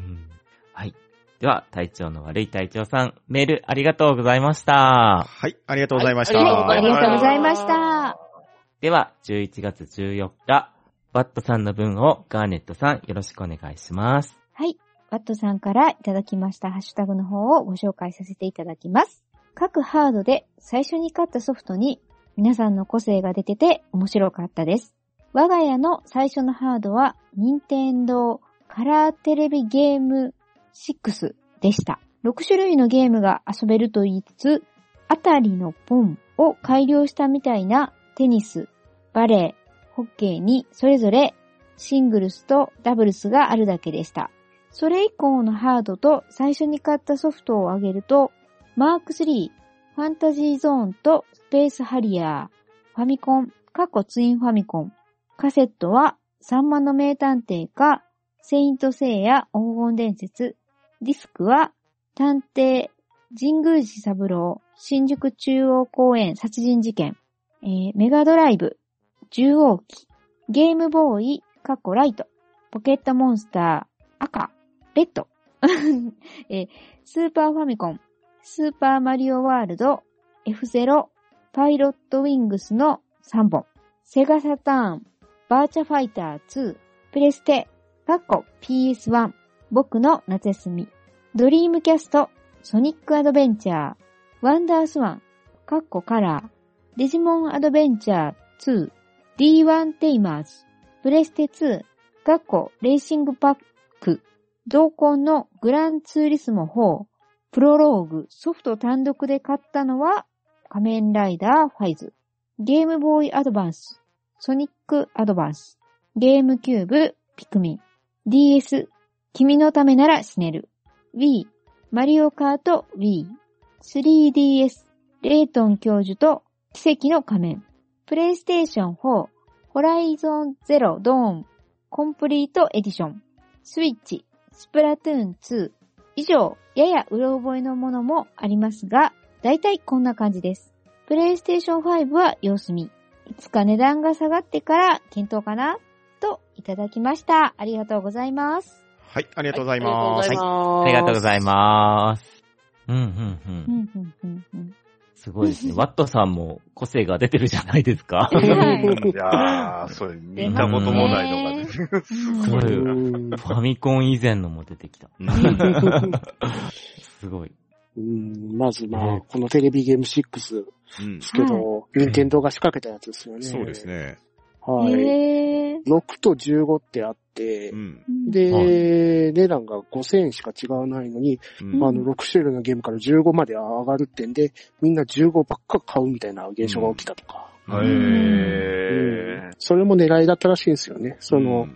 Speaker 3: はい。では、体調の悪い隊長さん、メールありがとうございました。
Speaker 4: はい、ありがとうございました。
Speaker 2: はいありがとうございました。
Speaker 3: では、11月14日、バットさんの分をガーネットさんよろしくお願いします。
Speaker 2: はい。ワットさんからいただきましたハッシュタグの方をご紹介させていただきます。各ハードで最初に買ったソフトに皆さんの個性が出てて面白かったです。我が家の最初のハードは任天堂カラーテレビゲーム6でした。6種類のゲームが遊べると言いつつ、あたりのポンを改良したみたいなテニス、バレー、ホッケーにそれぞれシングルスとダブルスがあるだけでした。それ以降のハードと最初に買ったソフトを挙げると、マーク3、ファンタジーゾーンとスペースハリアー、ファミコン、過去ツインファミコン、カセットは、サンマの名探偵か、セイントセイヤ黄金伝説、ディスクは、探偵、神宮寺三郎、新宿中央公園殺人事件、えーメガドライブ、10号機、ゲームボーイ、過去ライト、ポケットモンスター、赤、レッド、 [laughs] えースーパーファミコン、スーパーマリオワールド、F0、パイロットウィングスの3本、セガサターン、バーチャファイター2、プレステ、カッコ PS1、僕の夏休み、ドリームキャスト、ソニックアドベンチャー、ワンダースワン、カッコカラー、デジモンアドベンチャー2、D1 テイマーズ、プレステ2、カッコレーシングパック、同梱のグランツーリスモ4、プロローグ、ソフト単独で買ったのは、仮面ライダーファイズ、ゲームボーイアドバンス、ソニックアドバンス、ゲームキューブ、ピクミン、DS、君のためなら死ねる、Wii、マリオカート Wii、3DS、レイトン教授と奇跡の仮面、プレイステーション4、ホライゾンゼロドーン、コンプリートエディション、スイッチ、スプラトゥーン2、以上、ややうろ覚えのものもありますが、だいたいこんな感じです。プレイステーション5は様子見。いつか値段が下がってから検討かなといただきました。ありがとうございます。
Speaker 4: はい、ありがとうございます。は
Speaker 3: あ
Speaker 4: い
Speaker 3: りがとうございます。うん、うん、う。
Speaker 2: うんん、うん、うん、うん。
Speaker 3: すごいですね。ワットさんも個性が出てるじゃないです
Speaker 2: [laughs]
Speaker 3: か。
Speaker 2: うん
Speaker 5: いやー、それ見たこともないのがね。
Speaker 3: すごい。
Speaker 1: う
Speaker 3: フ
Speaker 1: ん
Speaker 3: ァミコン以前のも出てきた。
Speaker 4: うん
Speaker 3: すごい。
Speaker 1: うんまずまあ、このテレビゲーム6
Speaker 2: [laughs]
Speaker 4: うん
Speaker 1: ですけど、任天堂が仕掛けたやつですよね。
Speaker 4: そうです。ね。
Speaker 1: はい。
Speaker 2: へぇー。
Speaker 1: 6と15ってあって
Speaker 4: う、ん。
Speaker 2: うん、
Speaker 3: は
Speaker 1: で、値段が5000しか違わないのに、
Speaker 4: うん
Speaker 1: あの、6種類のゲームから15まで上がるってんで、みんな15ばっか買うみたいな現象が起きたとか。
Speaker 5: へ
Speaker 1: うんそれも狙いだったらしいんですよね。その、、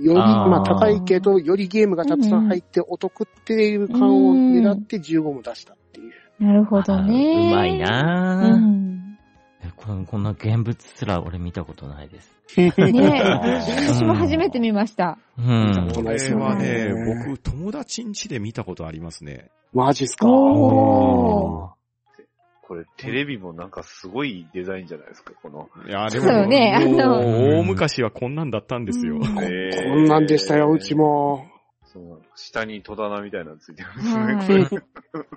Speaker 1: より、
Speaker 3: あー
Speaker 1: まあ高いけど、よりゲームがたくさん入ってお得っていう感を狙って15も出したっていう。
Speaker 2: なるほどね。
Speaker 3: あーうまいうなぁ、
Speaker 2: ん。
Speaker 3: えこん。こんな現物すら俺見たことないです。 [laughs]
Speaker 2: ね
Speaker 4: え
Speaker 2: え。私も初めて見ました。
Speaker 3: うん。
Speaker 4: こ
Speaker 1: こ
Speaker 4: れ
Speaker 1: れ
Speaker 4: は
Speaker 1: は
Speaker 4: ね
Speaker 1: ね、
Speaker 4: 僕、友達ん家で見たことありますね。
Speaker 1: マジっすか。
Speaker 2: おー
Speaker 5: これテレビもなんかすごいデザインじゃないですか、この。
Speaker 4: いや、で
Speaker 2: そう
Speaker 4: も、
Speaker 2: よね。あ
Speaker 4: も
Speaker 2: の、
Speaker 4: う大昔はこんなんだったんですよ。
Speaker 2: うん
Speaker 1: こんなんでしたよ、うち。も。
Speaker 5: そう下に戸棚みたいなのついてますね、これ。
Speaker 2: はい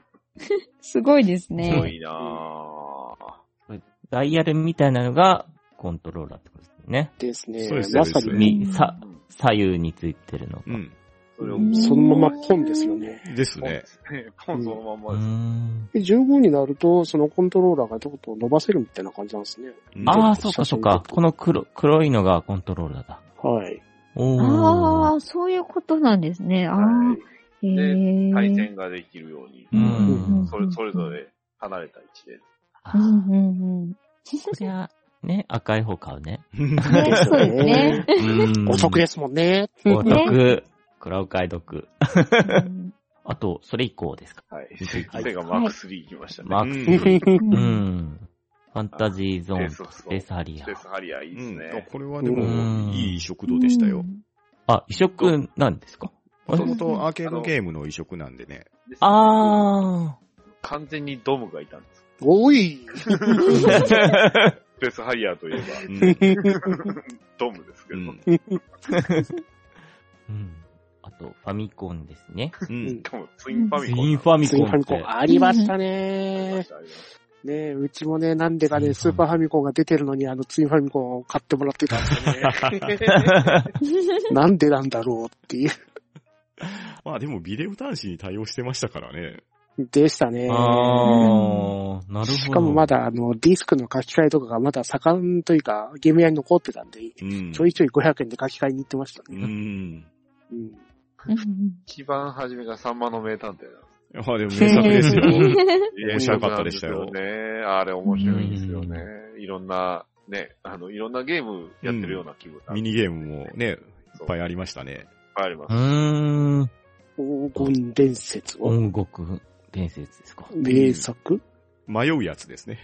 Speaker 2: すごいです
Speaker 5: すご
Speaker 2: ね。
Speaker 5: いなぁ。
Speaker 3: ダイヤルみたいなのがコントローラーってことですね。
Speaker 1: ですね。
Speaker 4: そうです
Speaker 1: まさ
Speaker 4: そう
Speaker 1: に、
Speaker 4: です
Speaker 3: み、さ、
Speaker 5: うん
Speaker 3: 左右についてるのが。
Speaker 4: う。
Speaker 3: うん
Speaker 5: それを
Speaker 1: そのままポンですよね。
Speaker 4: です
Speaker 5: ポン
Speaker 4: ね
Speaker 5: で。す [laughs] ね。ポンそのまんま
Speaker 3: ー
Speaker 5: です。
Speaker 3: ん。
Speaker 1: で15になると、そのコントローラーがどこと伸ばせるみたいな感じなんですね。
Speaker 4: うん
Speaker 3: ああ、そうかそうか。この黒、黒いのがコントローラーだ。
Speaker 1: はい。
Speaker 3: おー。
Speaker 2: ああ、そういうことなんですね。あ
Speaker 5: は
Speaker 2: あ
Speaker 5: い、
Speaker 2: へ
Speaker 5: で
Speaker 2: え。
Speaker 5: 対戦ができるように、
Speaker 3: う
Speaker 2: うん
Speaker 3: ん。
Speaker 5: それそれぞれ離れた位置で。
Speaker 3: あ
Speaker 2: うん
Speaker 3: ー
Speaker 2: うんうん。
Speaker 3: そりゃ、ね、赤い方買うね。
Speaker 2: ねそうですね。
Speaker 3: うん
Speaker 1: お得ですもんね。
Speaker 3: お
Speaker 2: ね
Speaker 3: 得。これはお買い得。
Speaker 2: うん
Speaker 3: あと、それ以降ですか。
Speaker 5: はい。
Speaker 3: はい
Speaker 5: [laughs] それがマーク3行きましたね。
Speaker 3: マ
Speaker 4: うん
Speaker 3: ー
Speaker 2: う
Speaker 3: ク。うんん。ファンタジーゾーン
Speaker 5: ス
Speaker 3: と
Speaker 5: ペース
Speaker 3: スペースハリ
Speaker 5: ス
Speaker 3: ア
Speaker 5: ペ。ースハリアーいいで
Speaker 4: う
Speaker 5: す
Speaker 4: ん
Speaker 5: ね。
Speaker 4: これはで
Speaker 3: うん
Speaker 4: も、いい食堂でしたよ。。
Speaker 3: あ、移植なんですか
Speaker 4: もともとアーケードゲームの移植なんでね。
Speaker 5: です
Speaker 3: あ
Speaker 5: 完全にドムがいたんです。
Speaker 1: [laughs] おい
Speaker 3: ー。
Speaker 5: スペースハリアーといえば、
Speaker 4: うん
Speaker 5: ドムですけ
Speaker 4: う
Speaker 5: ど。
Speaker 4: ん
Speaker 3: うん。あと、ファミコンですね。
Speaker 4: うん
Speaker 5: でも、ツインファ
Speaker 3: ツ
Speaker 5: ミコン。
Speaker 3: インファミ
Speaker 1: ツイ
Speaker 3: コ
Speaker 1: ン
Speaker 3: ン
Speaker 1: ファ
Speaker 3: っ
Speaker 1: ミコ
Speaker 3: て。
Speaker 1: ンありました
Speaker 5: ありま
Speaker 1: ね
Speaker 5: し。たありまし
Speaker 1: ねうちもね、なんでかね、スーパーファミコンが出てるのに、あの、ツインファミコンを買ってもらって
Speaker 4: [laughs]
Speaker 1: たんですよね。なんでなんだろうっていう。
Speaker 4: まあでもビデオ端子に対応してましたからね。
Speaker 1: でしたね。
Speaker 3: あー、なるほど。
Speaker 1: しかもまだ、あの、ディスクの書き換えとかがまだ盛んというか、ゲーム屋に残ってたんで、
Speaker 4: うん。
Speaker 1: ちょいちょい500円で書き換えに行ってました
Speaker 4: う
Speaker 1: ね。
Speaker 4: ん。
Speaker 1: うん。
Speaker 5: 一番初めがサンマの名探偵なんです
Speaker 4: ま [laughs] あでも名作ですよ。 [laughs] 面白かったでしたよ
Speaker 5: 面白。いですよね。あれ面白いですよね。いろんな、ね、あの、いろんなゲームやってるような気分
Speaker 4: ミ
Speaker 5: いっ
Speaker 4: ニゲームもね、いっぱい
Speaker 5: い
Speaker 4: ありましたね。
Speaker 5: ぱいありま
Speaker 3: う
Speaker 5: す。
Speaker 3: ーん。
Speaker 1: 黄金伝説を。
Speaker 3: 音楽伝説ですか。
Speaker 1: 名作
Speaker 4: 迷うやつですね。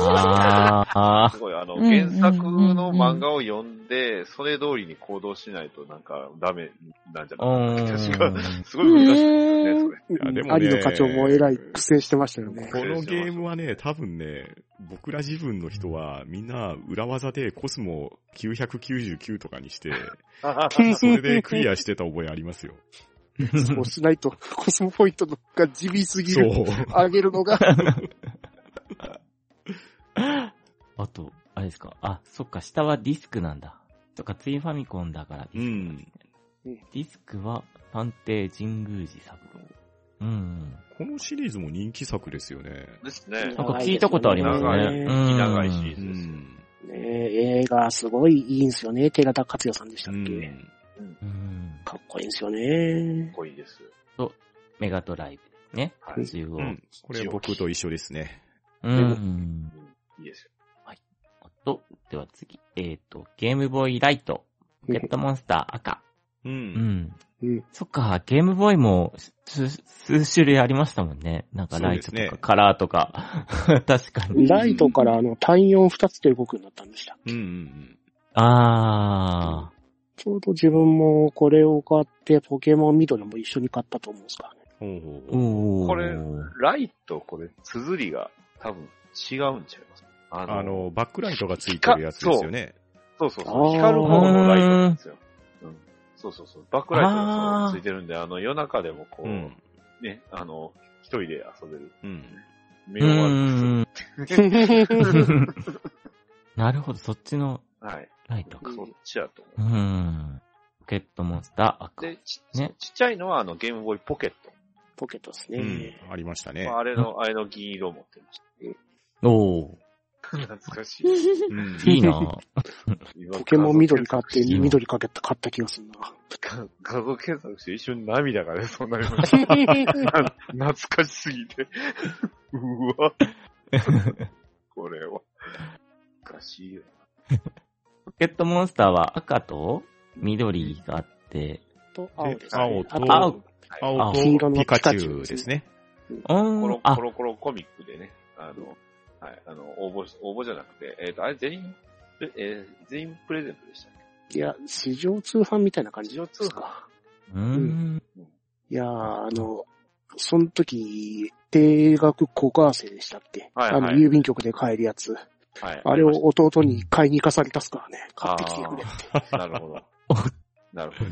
Speaker 3: あー。
Speaker 5: すごい、あの、
Speaker 2: うんうんうんうん
Speaker 5: 原作の漫画を読んで、それ通りに行動しないとなんかダメなんじゃ
Speaker 3: う
Speaker 5: な
Speaker 3: ー
Speaker 5: い [laughs]
Speaker 3: ん
Speaker 5: 確か、すごい難しいですね、それ。
Speaker 4: やでもね
Speaker 1: アリの課長も偉い苦戦してましたよね。
Speaker 4: このゲームはね、多分ね、僕ら自分の人はみんな裏技でコスモ999とかにして、 [laughs] それでクリアしてた覚えありますよ。
Speaker 1: そうしないと、コスモポイントのが地味すぎ
Speaker 4: そ
Speaker 1: る。
Speaker 4: [laughs] う。
Speaker 1: 上げるのが、
Speaker 3: あと、あれですか。あ、そっか、下はディスクなんだ。そっか、ツイファミコンだからディスクなんですね。
Speaker 1: うん
Speaker 3: ディスクは、探偵神宮寺三郎。うん。
Speaker 4: このシリーズも人気作ですよね。
Speaker 5: です
Speaker 3: なん
Speaker 5: ね。
Speaker 3: か聞いたことありますね。
Speaker 5: 長い
Speaker 3: うん
Speaker 5: 長いシリー
Speaker 4: う
Speaker 5: ズですよ。
Speaker 4: ん。
Speaker 1: ねえ映画すごいいいんですよね。手形克也さんでしたっけ、
Speaker 4: うん
Speaker 3: うん。
Speaker 1: かっこいいんですよね
Speaker 5: かっ。こいいです。
Speaker 3: メガドライブですね。
Speaker 5: はい。
Speaker 3: 中央。
Speaker 4: う
Speaker 3: うん
Speaker 4: ん。これ僕と一緒ですね。
Speaker 3: うん。
Speaker 5: いいですよ。
Speaker 3: あと、では次。えっ、と、ゲームボーイライト。ポケットモンスター赤。
Speaker 4: う。
Speaker 3: うんん。
Speaker 1: うん。
Speaker 3: そっか、ゲームボーイも数数種類ありましたもんね。なんかライトと
Speaker 4: そうです
Speaker 3: か
Speaker 4: ね
Speaker 3: カラーとか。 [laughs] 確かに。
Speaker 1: ライトからあの、単音二つで動くようになったんでした。
Speaker 4: うんうん
Speaker 3: あ
Speaker 1: ちょうど自分もこれを買って、ポケモン緑も一緒に買ったと思うんですからね。
Speaker 4: うん。ほう
Speaker 3: ー。
Speaker 4: ほう
Speaker 3: おー。
Speaker 5: これライト、これ、綴りが多分違うんちゃいますあ
Speaker 4: あの、バックライトがついてるやつですよね。
Speaker 5: そうそう
Speaker 1: あ
Speaker 5: そ
Speaker 1: ー
Speaker 5: う、光る方のライトなんですよ。うん、そうそうそう、バックライトが
Speaker 3: あー
Speaker 5: そうついてるんで、あの、夜中でもこ
Speaker 4: う
Speaker 5: う、
Speaker 4: ん。
Speaker 5: ね、あの、一人で遊べる。
Speaker 4: うん。
Speaker 5: 目
Speaker 3: う
Speaker 5: を悪
Speaker 3: ん。
Speaker 5: くす
Speaker 4: [laughs]
Speaker 5: る。
Speaker 3: [laughs] なるほど、そっちの
Speaker 5: はい。
Speaker 3: ライトか。
Speaker 5: そっちやと思
Speaker 3: う
Speaker 5: う。
Speaker 3: ん。ポケットモンスター赤。
Speaker 5: で、ち
Speaker 3: ね
Speaker 5: ちっちゃいのはあのゲームボーイポケット。
Speaker 1: ポケットです
Speaker 4: う
Speaker 1: ね。
Speaker 4: ん。ありましたね
Speaker 5: ま。あ、あれの、あれの銀色を持ってました。
Speaker 3: おー。
Speaker 5: 懐かしい。
Speaker 4: うん
Speaker 3: いい [laughs] な
Speaker 1: ポケモン緑
Speaker 5: か
Speaker 1: 買って、
Speaker 3: いいな
Speaker 1: 緑かけた、買った気がするな。
Speaker 4: [laughs]
Speaker 5: 画像検索して一瞬涙がね、そうなりました。懐かしすぎて。うわ、これは。懐かしいよ。
Speaker 3: ポケットモンスターは赤と緑があって、
Speaker 1: と、青です、ね。
Speaker 4: 青と
Speaker 1: あと
Speaker 3: 青
Speaker 4: 青
Speaker 1: 黄色
Speaker 4: と
Speaker 1: の
Speaker 4: ピカチ
Speaker 1: ピカチ
Speaker 4: ュ
Speaker 1: ュ
Speaker 4: ウ
Speaker 1: ウで
Speaker 4: で
Speaker 1: すす
Speaker 4: ね。
Speaker 3: う
Speaker 5: コ
Speaker 3: ー
Speaker 5: ロ
Speaker 3: ん、あ
Speaker 5: コ、ロコロコミックでね、あの、はい、あの、応募し、応募じゃなくて、えっ、と、あれ全員、えー全員プレゼントでしたっ
Speaker 1: いや、市場通販みたいな感
Speaker 5: け
Speaker 1: じ
Speaker 5: 市
Speaker 1: で
Speaker 5: 場
Speaker 1: す
Speaker 5: 通販
Speaker 1: か。
Speaker 3: うーん。
Speaker 1: いやー、あの、その時、定額小川生でしたっけ、
Speaker 5: はいは
Speaker 1: あ
Speaker 5: い
Speaker 1: の、郵便局で買えるやつ。
Speaker 5: はい。
Speaker 1: あれを弟に買いに行かされたっすからね。買
Speaker 5: あ
Speaker 1: ってきてくれ。
Speaker 5: ーなるほど。なるほど。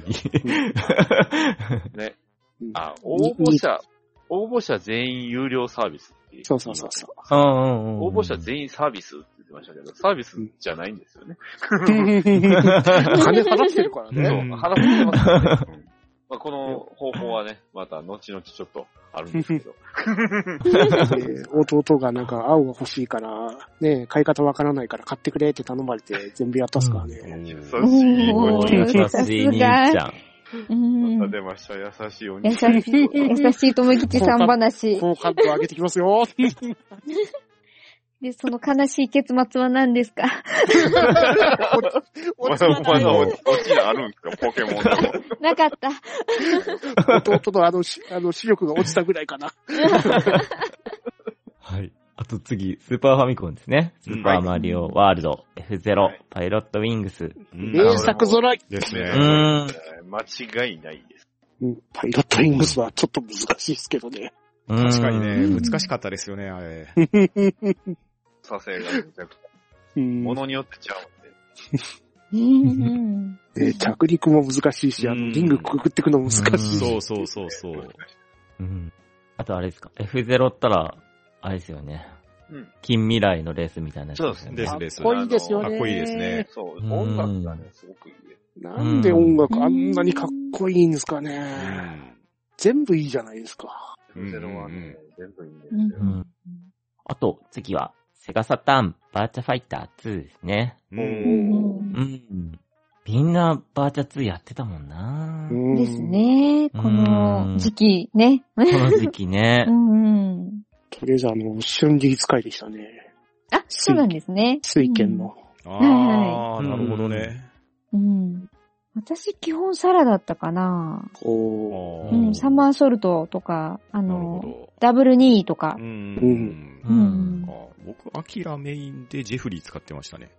Speaker 5: ね。
Speaker 1: うん
Speaker 5: あ、応募者、応募者全員有料サービスってい
Speaker 1: そうそうそうそう。
Speaker 3: 応
Speaker 5: 応募者全員サービスって言ってましたけど、サービスじゃないんですよね。
Speaker 1: 金 [laughs] 払ってるから [laughs]
Speaker 4: うん
Speaker 5: そ
Speaker 1: ね。
Speaker 5: う、払ってますからね。うんまあ、この方法はね、また後々ちょっとあるんですけど。
Speaker 1: で弟がなんか青が欲しいから、ね、買い方わからないから買ってくれって頼まれて全部やったっすから
Speaker 4: う
Speaker 1: ね。
Speaker 4: ん
Speaker 5: 優し
Speaker 2: ん
Speaker 5: い
Speaker 3: お
Speaker 5: 子
Speaker 3: ー、
Speaker 5: に
Speaker 3: 優しい兄ちゃん。
Speaker 5: また
Speaker 2: ん
Speaker 5: 出ました、優しいお
Speaker 2: 優
Speaker 5: 兄
Speaker 2: し
Speaker 5: ちゃん。
Speaker 2: い、優しいとめきちさん話。
Speaker 1: 好感度上げてきます [laughs] よ。
Speaker 2: で、その悲しい結末は何ですか
Speaker 5: [laughs] まだ、まだ落ちがあるんですか、ポケモンで
Speaker 2: [laughs]
Speaker 5: も。
Speaker 2: なかった。
Speaker 1: 弟のあの、しあの、視力が落ちたぐらいかな。
Speaker 3: はい。あと次、スーパーファミコンですね。スーパーマリオワールド、F0
Speaker 5: い、
Speaker 3: パイロットウィングス。
Speaker 4: うん
Speaker 5: え
Speaker 1: 名作揃い。
Speaker 4: です
Speaker 3: う
Speaker 4: ね。
Speaker 3: ーん。
Speaker 5: 間違いないです。
Speaker 1: うんパイロットウィングスはちょっと難しいですけどね。
Speaker 4: 確かに
Speaker 2: う
Speaker 4: ね、
Speaker 2: ん
Speaker 4: 難しかったですよね、あれ。
Speaker 5: 撮影がめちゃくちゃ。
Speaker 1: うん
Speaker 5: ものによってちゃうんで。
Speaker 2: うん
Speaker 1: で着陸も難しいし、あ
Speaker 4: う
Speaker 1: の、
Speaker 4: ん
Speaker 1: リングくぐってくの難しいし。
Speaker 4: そうそうそうそう。
Speaker 3: うん。あとあれですか、F0 ったら、あれですよね。
Speaker 5: うん。
Speaker 3: 近未来のレースみたいなやつよね
Speaker 5: そう
Speaker 4: ですです。
Speaker 1: かっこいいですよね。
Speaker 4: かっこいいですね。
Speaker 5: そう、
Speaker 3: うん
Speaker 5: 音楽がね、すごくいいです。
Speaker 1: なんで音楽あんなにかっこいいんですかね。全部いいじゃないですか。
Speaker 5: うん。ゼロはね、全部いいんです
Speaker 2: うん
Speaker 5: よ。
Speaker 3: うんあと、次は、セガサターンバーチャファイター2ですね。
Speaker 4: う。
Speaker 2: うんん
Speaker 3: うん。みんなバーチャ2やってたもんな。こ
Speaker 1: ん
Speaker 2: です。ね。この時期ね。
Speaker 3: の時期ね
Speaker 2: [laughs] う。んうん
Speaker 1: とりあえずあの、瞬時使いでしたね。
Speaker 2: あ、そうなんですね。
Speaker 1: 水剣の。
Speaker 4: あ
Speaker 3: は
Speaker 4: あ、
Speaker 3: い
Speaker 4: なるほどね。
Speaker 2: うん。うん。私、基本サラだったかな。
Speaker 4: あ
Speaker 1: こ
Speaker 4: ー
Speaker 2: うん、サマーソルトとか、あ
Speaker 4: なるほ
Speaker 2: の、
Speaker 4: ど。
Speaker 2: ダブルニーとか
Speaker 4: う。。
Speaker 1: うん
Speaker 3: う
Speaker 2: うん
Speaker 3: ん。
Speaker 4: あ僕、アキラメインでジェフリー使ってましたね。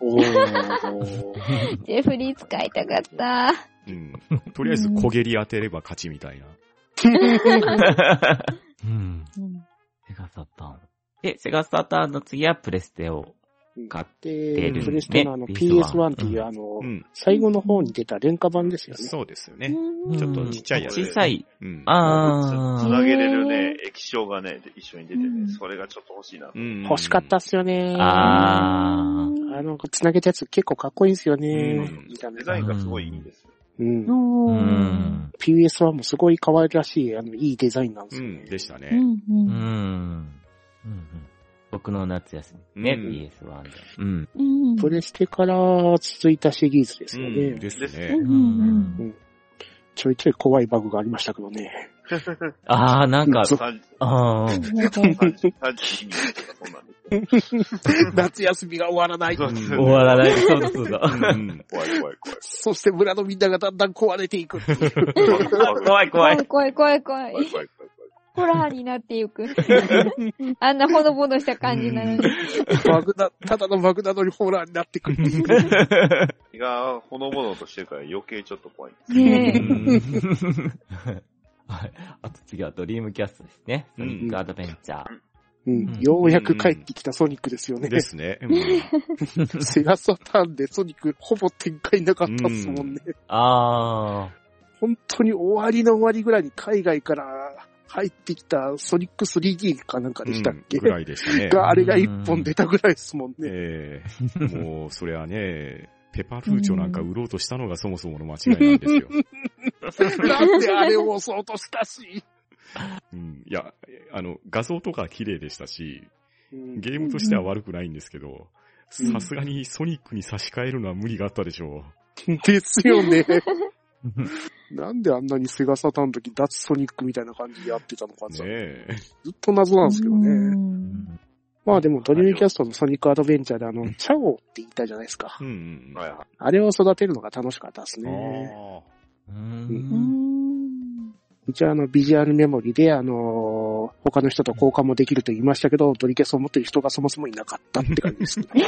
Speaker 1: う、おー
Speaker 2: ジェフリー使いたかった。
Speaker 4: うん。とりあえず小蹴り当てれば勝ちみたいな。
Speaker 3: う
Speaker 2: う
Speaker 3: ん。
Speaker 2: ん
Speaker 3: セガサターン。で、セガサターンの次はプレステを買っ
Speaker 1: で、
Speaker 3: うん
Speaker 1: プレステのあの
Speaker 3: ね
Speaker 1: PS1 っていううんあの
Speaker 4: う、ん。
Speaker 1: 最後の方に出た廉価版ですよね。
Speaker 4: そうですよ
Speaker 2: う
Speaker 4: ね。
Speaker 2: ん
Speaker 3: て。
Speaker 4: ちょっとちっちゃいやつ
Speaker 3: うん小さい。
Speaker 4: うん。
Speaker 3: あ
Speaker 5: つ
Speaker 3: ー。
Speaker 5: なげれるね、液晶がね、一緒に出てね、それがちょっと欲しいな。
Speaker 4: うん
Speaker 1: 欲しかったっすよね。あ
Speaker 3: あー。
Speaker 1: の、繋げたやつ結構かっこいいんですよね
Speaker 4: うん。
Speaker 1: 見た目
Speaker 5: デザインがすごいいいんですよ。
Speaker 1: うん。
Speaker 2: お
Speaker 3: う
Speaker 2: ー。
Speaker 3: ん。
Speaker 1: PS1 もすごい可愛らしい、あの、いいデザインなんで
Speaker 4: う
Speaker 1: すよね。
Speaker 4: ん、でした
Speaker 2: う
Speaker 4: ね。
Speaker 2: ん。う
Speaker 3: うんん。うん僕の夏休みね、
Speaker 4: うん
Speaker 3: PS1 で。うん。
Speaker 2: うん。
Speaker 1: プレステから続いたシリーズです
Speaker 4: う
Speaker 1: よね。
Speaker 4: ん、です
Speaker 2: う
Speaker 4: ね。
Speaker 2: んうんうん
Speaker 1: ちょいちょい怖いバグがありましたけどね。
Speaker 3: あー、なんか、
Speaker 1: そう
Speaker 5: 三十
Speaker 3: あー。
Speaker 2: なんか
Speaker 5: 三十三十二人とかそんなんで
Speaker 1: [laughs] 夏休みが終わらな
Speaker 5: そうですよ
Speaker 3: 終
Speaker 5: ね
Speaker 3: わらない。そうだそうだ。
Speaker 4: うん。
Speaker 5: 怖い怖い怖い。
Speaker 1: そして村のみんながだんだん壊れていくっていう。
Speaker 3: 怖い怖
Speaker 2: 怖
Speaker 3: い
Speaker 2: い。怖い怖い怖い
Speaker 5: 怖。い怖い怖い
Speaker 2: ホラーになっていく。あんなほのぼのした感じなのに。
Speaker 1: バグだ、ただのバグなのにホラーになってくるっていう。
Speaker 5: 身がほのぼのとしてるから余計ちょっと怖いんです
Speaker 3: う
Speaker 5: よ。
Speaker 2: ね
Speaker 3: んはい。あと次はドリームキャストですね。ソ
Speaker 4: うん
Speaker 3: ニックアドベンチャー。
Speaker 1: うんようやく帰ってきたソニックですよね。
Speaker 4: ですね。うん
Speaker 1: セガサターンでソニックほぼ展開なかったっすもんね。
Speaker 3: あ
Speaker 1: 本当に終わりの終わりぐらいに海外から入ってきたソニック 3D かなんかでしたっけ、
Speaker 4: うんぐらいでしたね。
Speaker 1: があれが一本出たぐらいですもんね。
Speaker 4: ええもう、それはね、ペパフーチョなんか売ろうとしたのがそもそもの間違いなんですよ。
Speaker 1: なんであれを押そうとしたし。
Speaker 4: うん、いや、あの、画像とか綺麗でしたし、
Speaker 1: うん
Speaker 4: ゲームとしては悪くないんですけど、
Speaker 1: うん
Speaker 4: さすがにソニックに差し替えるのは無理があったでしょ
Speaker 1: ですよね。
Speaker 3: ー。
Speaker 1: なんであんなにセガサターンの時脱ソニックみたいな感じでやってたのか
Speaker 4: う。
Speaker 1: って、
Speaker 4: ねえ。
Speaker 1: [laughs] ずっと謎なんですけど
Speaker 2: う
Speaker 1: ね。
Speaker 2: ん
Speaker 1: まあでもドリームキャストのソニックアドベンチャーであの、チャオって言ったじゃないですか
Speaker 4: う。ん
Speaker 5: はいは
Speaker 1: あれを育てるのが楽しかったです
Speaker 4: うん。
Speaker 1: ね。
Speaker 4: あ
Speaker 3: う。
Speaker 2: うんん。
Speaker 1: 一応あのビジュアルメモリであのー他の人と交換もできると言いましたけど、ドリキャストを持ってる人がそもそもいなかったって感じ [laughs] ですけどね。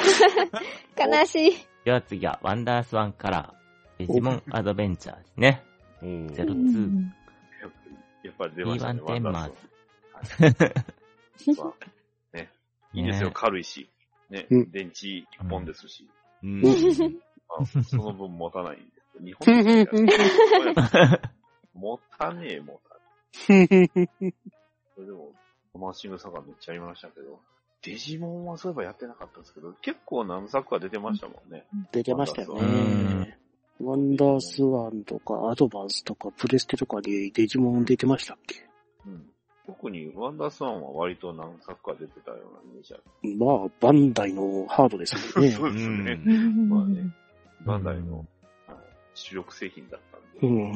Speaker 2: 悲しい。
Speaker 3: では次は、ワンダースワンカラー。デジモンアドベンチャーですね。
Speaker 4: あ。おー
Speaker 3: ゼロ
Speaker 2: うん
Speaker 5: い。やっぱりやっぱり出ましたね、
Speaker 3: B1 テンマーズ。
Speaker 5: ワンダーソンいいですよ、軽いし。ね、
Speaker 1: うん
Speaker 5: 電池一本ですし。
Speaker 4: うん。
Speaker 5: まあ、その分持たないんです。日本のやつ持たねえ、持たねえ。それでも、マーシングサガめっちゃありましたけど、デジモンはそういえばやってなかったんですけど、結構何作か出てましたもんね。
Speaker 1: 出てましたよ
Speaker 3: うん
Speaker 1: ね。ワンダースワンとかアドバンスとかプレステとかでデジモン出てましたっけ
Speaker 5: うん、特にワンダースワンは割と何作か出てたようなイメージある。
Speaker 1: まあ、バンダイのハードですもんね。
Speaker 5: [laughs] そうですね。
Speaker 4: うん
Speaker 5: まあねバンダイのあの主力製品だったんで。
Speaker 1: うん。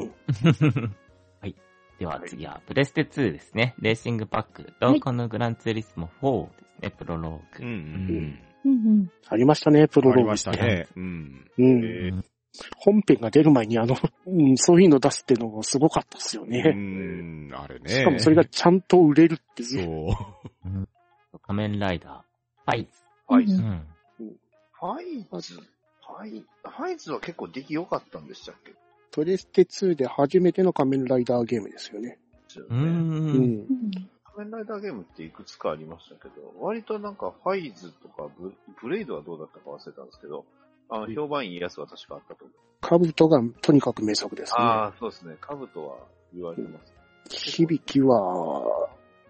Speaker 3: はい。では次は、プレステ2ですね。レーシングパック。ドンコのグランツーリスモ4ですね。プロロー
Speaker 4: う
Speaker 3: グ。
Speaker 4: ん。
Speaker 2: うん
Speaker 1: ありましたね、プロ
Speaker 4: あ
Speaker 1: ロ
Speaker 4: り
Speaker 1: ーグ
Speaker 4: ま。したね。うん。
Speaker 1: うん。
Speaker 5: えー
Speaker 1: 本編が出る前にあの、うん、そういうの出すっていうのもすごかったですよ
Speaker 4: う
Speaker 1: ね。
Speaker 4: ん。あれね。
Speaker 1: しかもそれがちゃんと売れるって
Speaker 4: そ
Speaker 1: いう。
Speaker 4: う。
Speaker 3: 仮面ライダー。ファイズ。
Speaker 5: ファイ
Speaker 2: う
Speaker 3: う
Speaker 5: ズ。
Speaker 3: ん。
Speaker 5: ファイズファイ、ファイズは結構出来良かったんでしたっけ
Speaker 1: プレステ2で初めての仮面ライダーゲームですよね。
Speaker 5: ですよ
Speaker 3: う。
Speaker 1: う
Speaker 5: ね
Speaker 1: んん。
Speaker 5: 仮面ライダーゲームっていくつかありましたけど、割となんかファイズとかブブレイドはどうだったか忘れたんですけど、あの、評判いいやつは確かあったと思う。
Speaker 1: カブトがとにかく名作ですね。
Speaker 5: ああ、そうですね。カブトは言われ
Speaker 2: [laughs]
Speaker 5: てます。
Speaker 1: 響きは、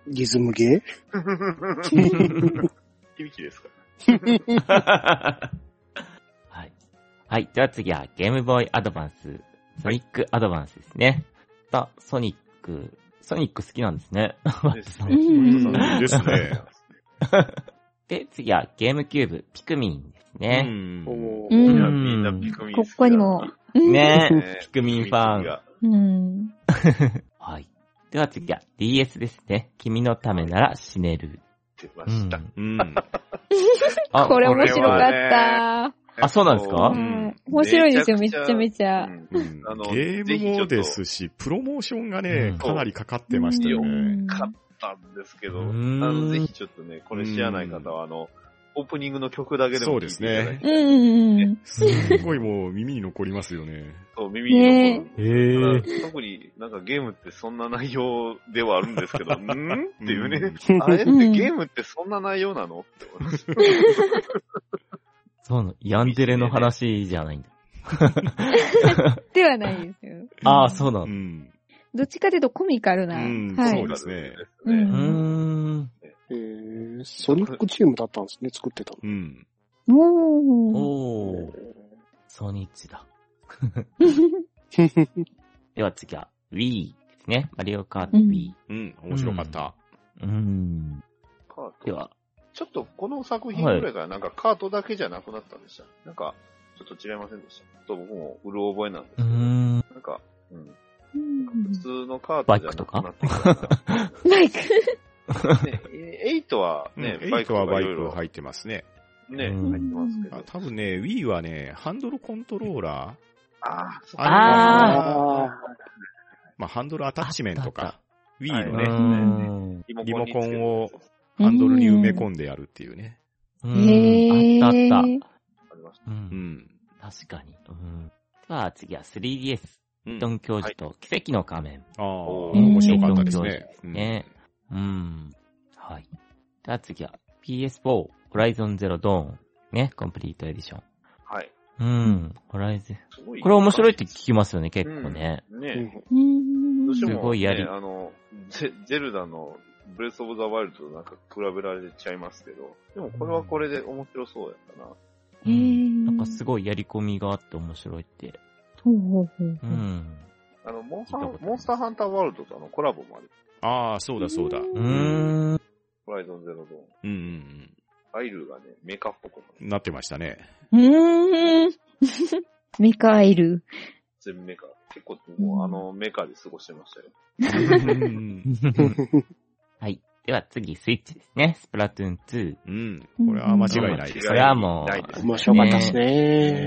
Speaker 1: リズムゲー
Speaker 5: 響きですか
Speaker 3: はい。はい。では次はゲームボーイアドバンス、ソニックアドバンスですね。さあ、ソニック、ソニック好きなんですね。
Speaker 5: です
Speaker 2: う
Speaker 5: ね。
Speaker 2: ん
Speaker 1: うん
Speaker 4: ですね
Speaker 3: [laughs] で、次はゲームキューブ、ピクミンです
Speaker 4: う
Speaker 3: ね。
Speaker 4: ん
Speaker 1: お
Speaker 2: う
Speaker 1: ー
Speaker 5: みん
Speaker 2: ん
Speaker 5: な、みんなピクミン好きだな
Speaker 2: ここにも。
Speaker 3: ねえ、
Speaker 5: ね
Speaker 3: ピクミンファン。
Speaker 2: うん。
Speaker 3: はい。では次は DS ですね。君のためなら死ねる。
Speaker 5: 出ました。
Speaker 3: うん
Speaker 4: うん。
Speaker 3: あ
Speaker 2: これ面白か
Speaker 5: こ
Speaker 2: っ
Speaker 5: れは
Speaker 2: た。
Speaker 3: あそうなんですか
Speaker 5: うん
Speaker 2: はい面白いですよ、めちゃめちゃ。
Speaker 4: うん
Speaker 5: あの
Speaker 4: ゲームもですし、プロモーションがね
Speaker 3: うん、
Speaker 4: かなりかかってましたよ
Speaker 2: う
Speaker 4: ね。
Speaker 2: ん
Speaker 5: 買ったんですけど、あ
Speaker 3: うん
Speaker 5: の、ぜひちょっとね、これ知らない方は、あの、オープニングの曲だけでも聞いていただいて、
Speaker 2: うんうんうん。
Speaker 4: すっごいもう耳に残りますよね。
Speaker 5: そう、耳に残る。
Speaker 3: へ
Speaker 5: ただ
Speaker 3: ー。
Speaker 5: 特になんかゲームってそんな内容ではあるんです
Speaker 4: [laughs]
Speaker 5: けど、んっていうね。
Speaker 4: うん。
Speaker 5: あれって
Speaker 2: うん
Speaker 5: ゲームってそんな内容なのって思います。
Speaker 3: [laughs] そうなの、ヤンデレの話じゃないんだ。
Speaker 2: ではないですよ。
Speaker 3: ああ、そうなの。
Speaker 4: う。
Speaker 3: うん
Speaker 2: どっちかというとコミカルな。
Speaker 4: うん
Speaker 2: は
Speaker 4: そう
Speaker 2: い
Speaker 4: で。すね
Speaker 5: そうです
Speaker 3: ー
Speaker 5: ね。
Speaker 3: ん。
Speaker 1: えー、ソニックチームだったんですね、作ってたの。
Speaker 4: うん。
Speaker 2: おー。
Speaker 3: おー、ソニッチだ。では次は Wii ですね。マリオカート
Speaker 2: うん
Speaker 3: Wii。
Speaker 4: うん。面白かった。
Speaker 3: うーん。
Speaker 5: カート
Speaker 3: では、
Speaker 5: ちょっとこの作品ぐらいからなんかカートだけじゃなくなったんでした。なんか、ちょっと違いませんでした。ちょっと僕もうる覚えなんですけど、
Speaker 3: ん。
Speaker 5: なんか、うん。
Speaker 2: うん
Speaker 5: 普通のカートじゃなくなってき
Speaker 2: マイク。
Speaker 5: たな。ね、8はね、
Speaker 4: うん
Speaker 5: バ
Speaker 4: エイ
Speaker 5: イク
Speaker 4: トは
Speaker 5: が
Speaker 4: バイ
Speaker 5: いろい
Speaker 4: ク
Speaker 5: ろ
Speaker 4: 入ってますね。
Speaker 5: ね、
Speaker 3: うん
Speaker 5: 入ってますけ
Speaker 4: あ
Speaker 5: ど。
Speaker 4: 多分ね、Wii はね、ハンドルコントローラー
Speaker 5: あー、そっか
Speaker 3: あ
Speaker 1: あ
Speaker 4: まあ、ハンドルアタッチメント
Speaker 3: あっ
Speaker 4: か。Wii
Speaker 5: たあった
Speaker 4: の
Speaker 5: はい
Speaker 4: ね、
Speaker 3: ね。
Speaker 5: リ
Speaker 4: リモコ
Speaker 5: につける
Speaker 4: ンを [laughs] ハンドルに埋め込んでやるっていうね。
Speaker 3: うん。あったあった。
Speaker 5: ありました
Speaker 3: う。
Speaker 4: うんん。
Speaker 3: 確かに。うん。では次は 3DS。
Speaker 4: うん
Speaker 3: ドン教授と奇跡の仮面。
Speaker 4: ああ、
Speaker 5: おー
Speaker 4: 面白かったですね。うん
Speaker 3: ね。うん。はい。では次は PS4、ホライゾンゼロドーン。ね、コンプリートエディション。
Speaker 5: はい。
Speaker 3: うん。ホライゼン。
Speaker 5: すごい
Speaker 3: これ面白いって聞きますよね、結構ね。
Speaker 5: うん
Speaker 1: ー
Speaker 5: ね
Speaker 1: うん
Speaker 2: うん
Speaker 5: どうしても、ね、
Speaker 3: すごいやり
Speaker 5: あの、ゼゼルダのブレスオブザワイルドとなんか比べられちゃいますけど、でもこれはこれで面白そうやったな。
Speaker 2: へー
Speaker 3: うんなんかすごいやり込みがあって面白いって。
Speaker 2: ほうほうほう
Speaker 3: う
Speaker 2: ほう。
Speaker 3: ん。
Speaker 5: あの、モンハ
Speaker 3: 聞いたこと、
Speaker 5: ン
Speaker 3: ない
Speaker 5: モンスターハンターワールドとあのコラボもある。
Speaker 4: ああ、そうだそうだ。
Speaker 2: う
Speaker 3: う
Speaker 4: うん
Speaker 3: ー
Speaker 4: うん
Speaker 3: ん。
Speaker 5: ホライゾンゼロドーン。
Speaker 4: うん。
Speaker 5: アイルがね、メカっぽくなる。
Speaker 4: なってましたね。
Speaker 2: うーん。ミカエル。
Speaker 5: 全メカ。結構もうあのメカで過ごしてましたよ。
Speaker 4: うん。
Speaker 3: [laughs] はい。では次、スイッチですね。スプラトゥーン2。
Speaker 4: うんこれは間違いないです
Speaker 3: それ
Speaker 5: 間違
Speaker 4: ね。
Speaker 3: はもう、
Speaker 5: ないです
Speaker 1: 面白かったです
Speaker 5: 面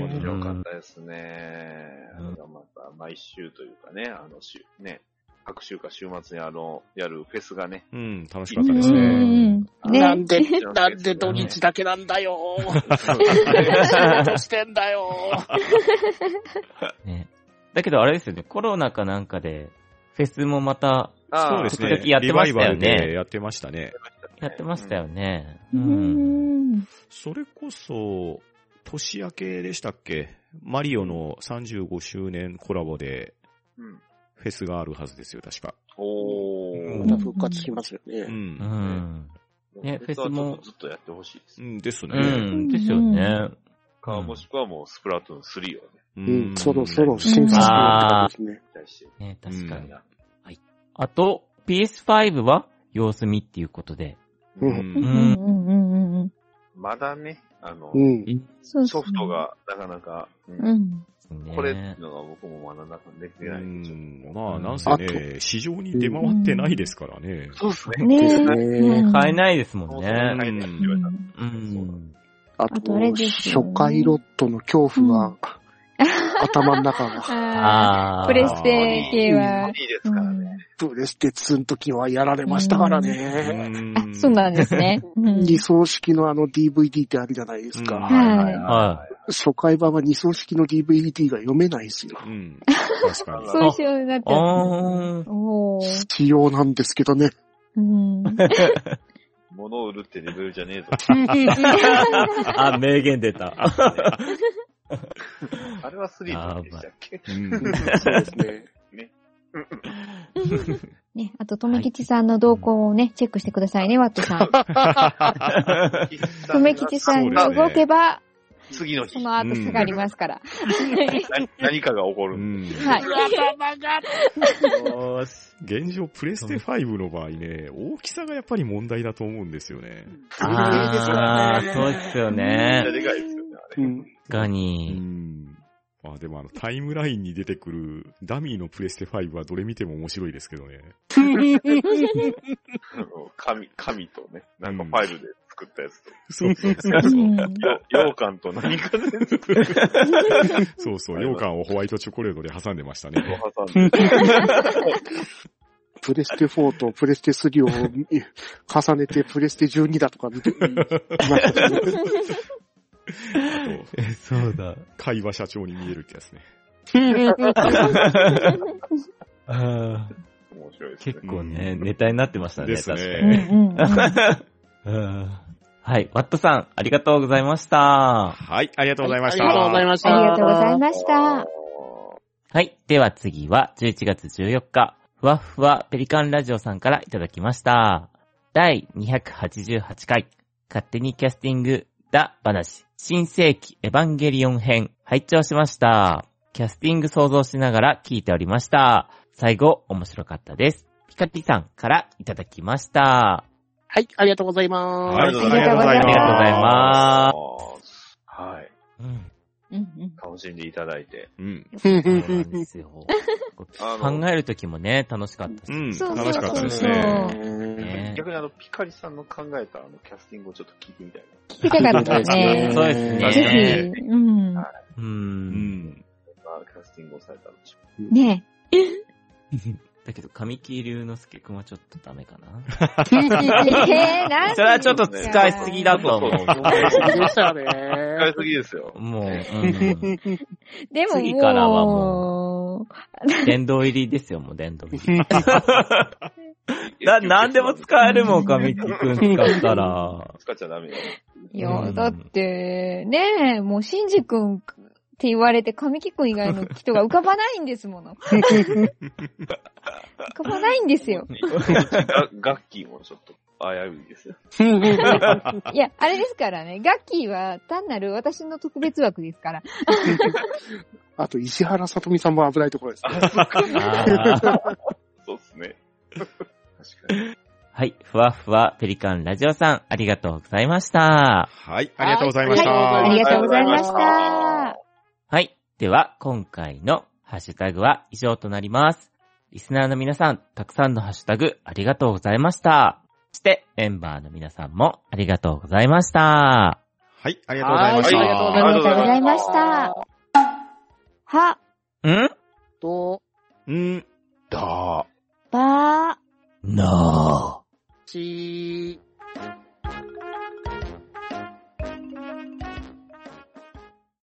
Speaker 1: ね。
Speaker 5: 白かったですね。あ
Speaker 3: うん
Speaker 5: れがまた毎週というかね、あの週、ね、各週か週末にあの、やるフェスがね、
Speaker 4: うん、楽しかったで
Speaker 2: う
Speaker 4: す
Speaker 2: んう
Speaker 4: ね。
Speaker 2: んうん。
Speaker 1: な
Speaker 2: ね
Speaker 1: ん。で、なんで土日だけなんだよ
Speaker 5: そう
Speaker 1: ー。どうしてんだよー。
Speaker 3: ね。だけどあれですよね、コロナかなんかで、フェスもまた
Speaker 5: あ
Speaker 4: そ
Speaker 5: あ
Speaker 4: うです
Speaker 3: 時
Speaker 4: ね。
Speaker 3: 々やってましたよね
Speaker 4: リバイバルでやってましたね。
Speaker 3: やってましたよね。
Speaker 2: う
Speaker 3: うんん。
Speaker 4: それこそ、年明けでしたっけマリオの35周年コラボで
Speaker 5: うん。
Speaker 4: フェスがあるはずですよ、確か。
Speaker 5: お
Speaker 4: う
Speaker 5: ー。
Speaker 1: また復活しますよ
Speaker 4: う。
Speaker 1: ね。
Speaker 3: うんん。ねフェスも
Speaker 5: はちょっとずっとやってほしいです
Speaker 4: う。んです
Speaker 3: う
Speaker 4: ね。
Speaker 3: ん。ですよね。
Speaker 5: か、もしくはもうスプラトゥーン3をね、
Speaker 1: うん、そろそろ審査するって感じですね。
Speaker 5: 期待して
Speaker 3: ね、確かに
Speaker 5: み。たい
Speaker 3: あと、PS5 は様子見っていうことで。
Speaker 5: な。
Speaker 1: う
Speaker 4: うん
Speaker 2: うんうんうんうんうん。
Speaker 5: まだね、あの
Speaker 1: う、ん。
Speaker 2: そうそう
Speaker 5: ソフト。がなかなか、うん
Speaker 2: うん。
Speaker 3: ね
Speaker 5: これっていうのが僕もまだなかなかできてないんで、ちょっ
Speaker 4: うんまあ、なんせ
Speaker 1: あ
Speaker 4: ね、市場に出回ってないですからね。
Speaker 5: と。そうです
Speaker 2: ね
Speaker 1: です
Speaker 2: うん
Speaker 1: ね。
Speaker 3: 買えないですもんね。
Speaker 5: 買えないって言われたんで
Speaker 3: う。
Speaker 5: そうん
Speaker 1: あ
Speaker 2: あ
Speaker 1: と、
Speaker 2: とあれですよね
Speaker 1: 初回ロットの恐怖が、頭の中が、
Speaker 2: あ
Speaker 3: あ
Speaker 2: ー
Speaker 3: ー
Speaker 2: プレステ系は。
Speaker 5: いいですからね。
Speaker 1: プレステ2の時はやられましたからね。
Speaker 2: あ、そうなんですね。うん
Speaker 1: 二層式のあの DVD ってあるじゃないです
Speaker 4: うん
Speaker 1: か。
Speaker 2: はい
Speaker 3: は
Speaker 1: 初回版は二層式の DVD が読めないんですよ。
Speaker 4: うん。確かに。
Speaker 2: [laughs] そうしようになっち
Speaker 3: い。
Speaker 2: ゃった。
Speaker 3: あー
Speaker 2: おー。
Speaker 1: 必要なんですけどね。
Speaker 2: うん。
Speaker 5: 物を売るってレベルじゃねえぞ。
Speaker 3: あ、名言出た。
Speaker 5: あれは3の時でしたっけ
Speaker 4: うん
Speaker 1: そうですね。
Speaker 2: ね、あと、とめきちさんの動向をね、チェックしてくださいね、ワットさん。
Speaker 5: と
Speaker 2: とめきちさんが動けば、
Speaker 5: 次の
Speaker 2: そ
Speaker 5: 日、
Speaker 2: の後下がりますから。
Speaker 5: 何何かが起こ
Speaker 4: う
Speaker 5: る。
Speaker 4: ん。
Speaker 2: はい。
Speaker 3: よーし。
Speaker 4: 現状、プレステ5の場合ね、大きさがやっぱり問題だと思うんですよね。
Speaker 3: あー、そうですよ
Speaker 5: めっ
Speaker 3: ね
Speaker 5: ちゃ。でかいですよね、あ
Speaker 1: う
Speaker 5: れ。
Speaker 1: ん。
Speaker 3: 確か
Speaker 4: う
Speaker 3: に。
Speaker 4: ん。まあでもあの、タイムラインに出てくるダミーのプレステ5はどれ見ても面白いですけどね。
Speaker 5: あの紙、紙とね、なんかファイルで作ったやつと、
Speaker 4: そうそうそう
Speaker 2: う
Speaker 4: そ
Speaker 2: ん
Speaker 4: う。
Speaker 5: よ羊羹と何かで
Speaker 4: そうそう、羊羹をホワイトチョコレートで挟んでましたね。
Speaker 5: 挟んで、
Speaker 1: プレステ4とプレステ3をえ重ねてプレステ12だとか見て、うんましたね
Speaker 4: あと、
Speaker 3: え、そうだ。
Speaker 4: 会話社長に見えるってやつね。
Speaker 3: あー
Speaker 5: 面白いですね。
Speaker 3: 結構ね、
Speaker 4: うん
Speaker 3: ネタになってましたね、
Speaker 4: です
Speaker 3: 確かに
Speaker 2: うん
Speaker 4: ね。
Speaker 2: うんうん
Speaker 3: うんはい、ワットさん、ありがとうございました。
Speaker 4: はい、ありがとうございました。
Speaker 1: ありがとうございました。
Speaker 2: ありがとうございました。
Speaker 3: はい、では次は11月14日、ふわふわペリカンラジオさんからいただきました。第288回、勝手にキャスティング、だ話、新世紀エヴァンゲリオン編、拝聴しました。キャスティング想像しながら聞いておりました。最後、面白かったです。ピカピさんからいただきました。
Speaker 1: はい、ありがとうございます。
Speaker 4: ありがとうございます
Speaker 2: ありがとうござい
Speaker 3: ま
Speaker 5: ます。はい。
Speaker 3: うん、
Speaker 2: うん
Speaker 5: 楽しんでいただいて。
Speaker 4: うん。
Speaker 1: うん
Speaker 3: そううん
Speaker 1: う
Speaker 3: なん
Speaker 1: ん
Speaker 3: ですよ。
Speaker 5: あ
Speaker 3: 考
Speaker 5: の
Speaker 3: えるときもね、楽しかったし。
Speaker 4: うん、
Speaker 2: そうそうそう
Speaker 4: 楽しかったです
Speaker 2: そう
Speaker 4: ね。
Speaker 3: ね
Speaker 5: 逆にあの、ピカリさんの考えたあの、キャスティングをちょっと聞いてみたい
Speaker 2: 聞きたかっ
Speaker 1: う
Speaker 2: た
Speaker 3: [laughs]
Speaker 1: ん
Speaker 2: ね。
Speaker 3: そうですね。
Speaker 2: ぜひ、うん。
Speaker 3: う。
Speaker 4: うんん。
Speaker 5: な。まあ、キャスティングをされたんでしょ
Speaker 3: [laughs]
Speaker 2: ね
Speaker 3: だけど、神木隆之介くんはちょっとダメかな。
Speaker 2: え。えー、なんで
Speaker 3: それはちょっと使いすぎだと思
Speaker 5: そうう。そう
Speaker 1: でしたよ
Speaker 5: 使い
Speaker 1: ね。
Speaker 5: すぎですよ。
Speaker 3: [laughs] もう、うん。
Speaker 2: でも
Speaker 3: 次からは
Speaker 2: も
Speaker 3: 殿堂入りですよ、もう殿堂入り。 [laughs] な、 [laughs] なんでも使えるもん、神木くん使ったら。
Speaker 5: 使っちゃダメよ。
Speaker 2: う、いや、だって、ねえ、もう、しんじくんって言われて、神木くん以外の人が浮かばないんです
Speaker 3: [laughs]
Speaker 2: もの。浮かばないんですよ。
Speaker 5: が楽器もちょっと危ういですよ。
Speaker 2: いや、あれですからね、ガッキーは単なる私の特別枠ですから。
Speaker 1: [laughs] あと、石原さとみさんも危ないところですね。
Speaker 3: あー
Speaker 5: そうですね。確かに。
Speaker 3: [laughs] はい、ふわふわペリカンラジオさん、ありがとうございました。
Speaker 4: はい、ありがとうございました。
Speaker 2: はいありがとうございました
Speaker 3: はい。では、今回のハッシュタグは以上となります。リスナーの皆さん、たくさんのハッシュタグありがとうございました。そして、メンバーの皆さんもありがとうございました。
Speaker 4: はい、ありがとうございました。
Speaker 5: はいありがとう
Speaker 2: あ
Speaker 5: ご
Speaker 2: り
Speaker 5: ざいま
Speaker 2: が
Speaker 5: し
Speaker 2: とうご
Speaker 5: た
Speaker 2: ざいました。は、
Speaker 3: ん
Speaker 1: と、
Speaker 4: うん。
Speaker 5: だー。
Speaker 2: ばー。
Speaker 3: なあ。
Speaker 1: ち、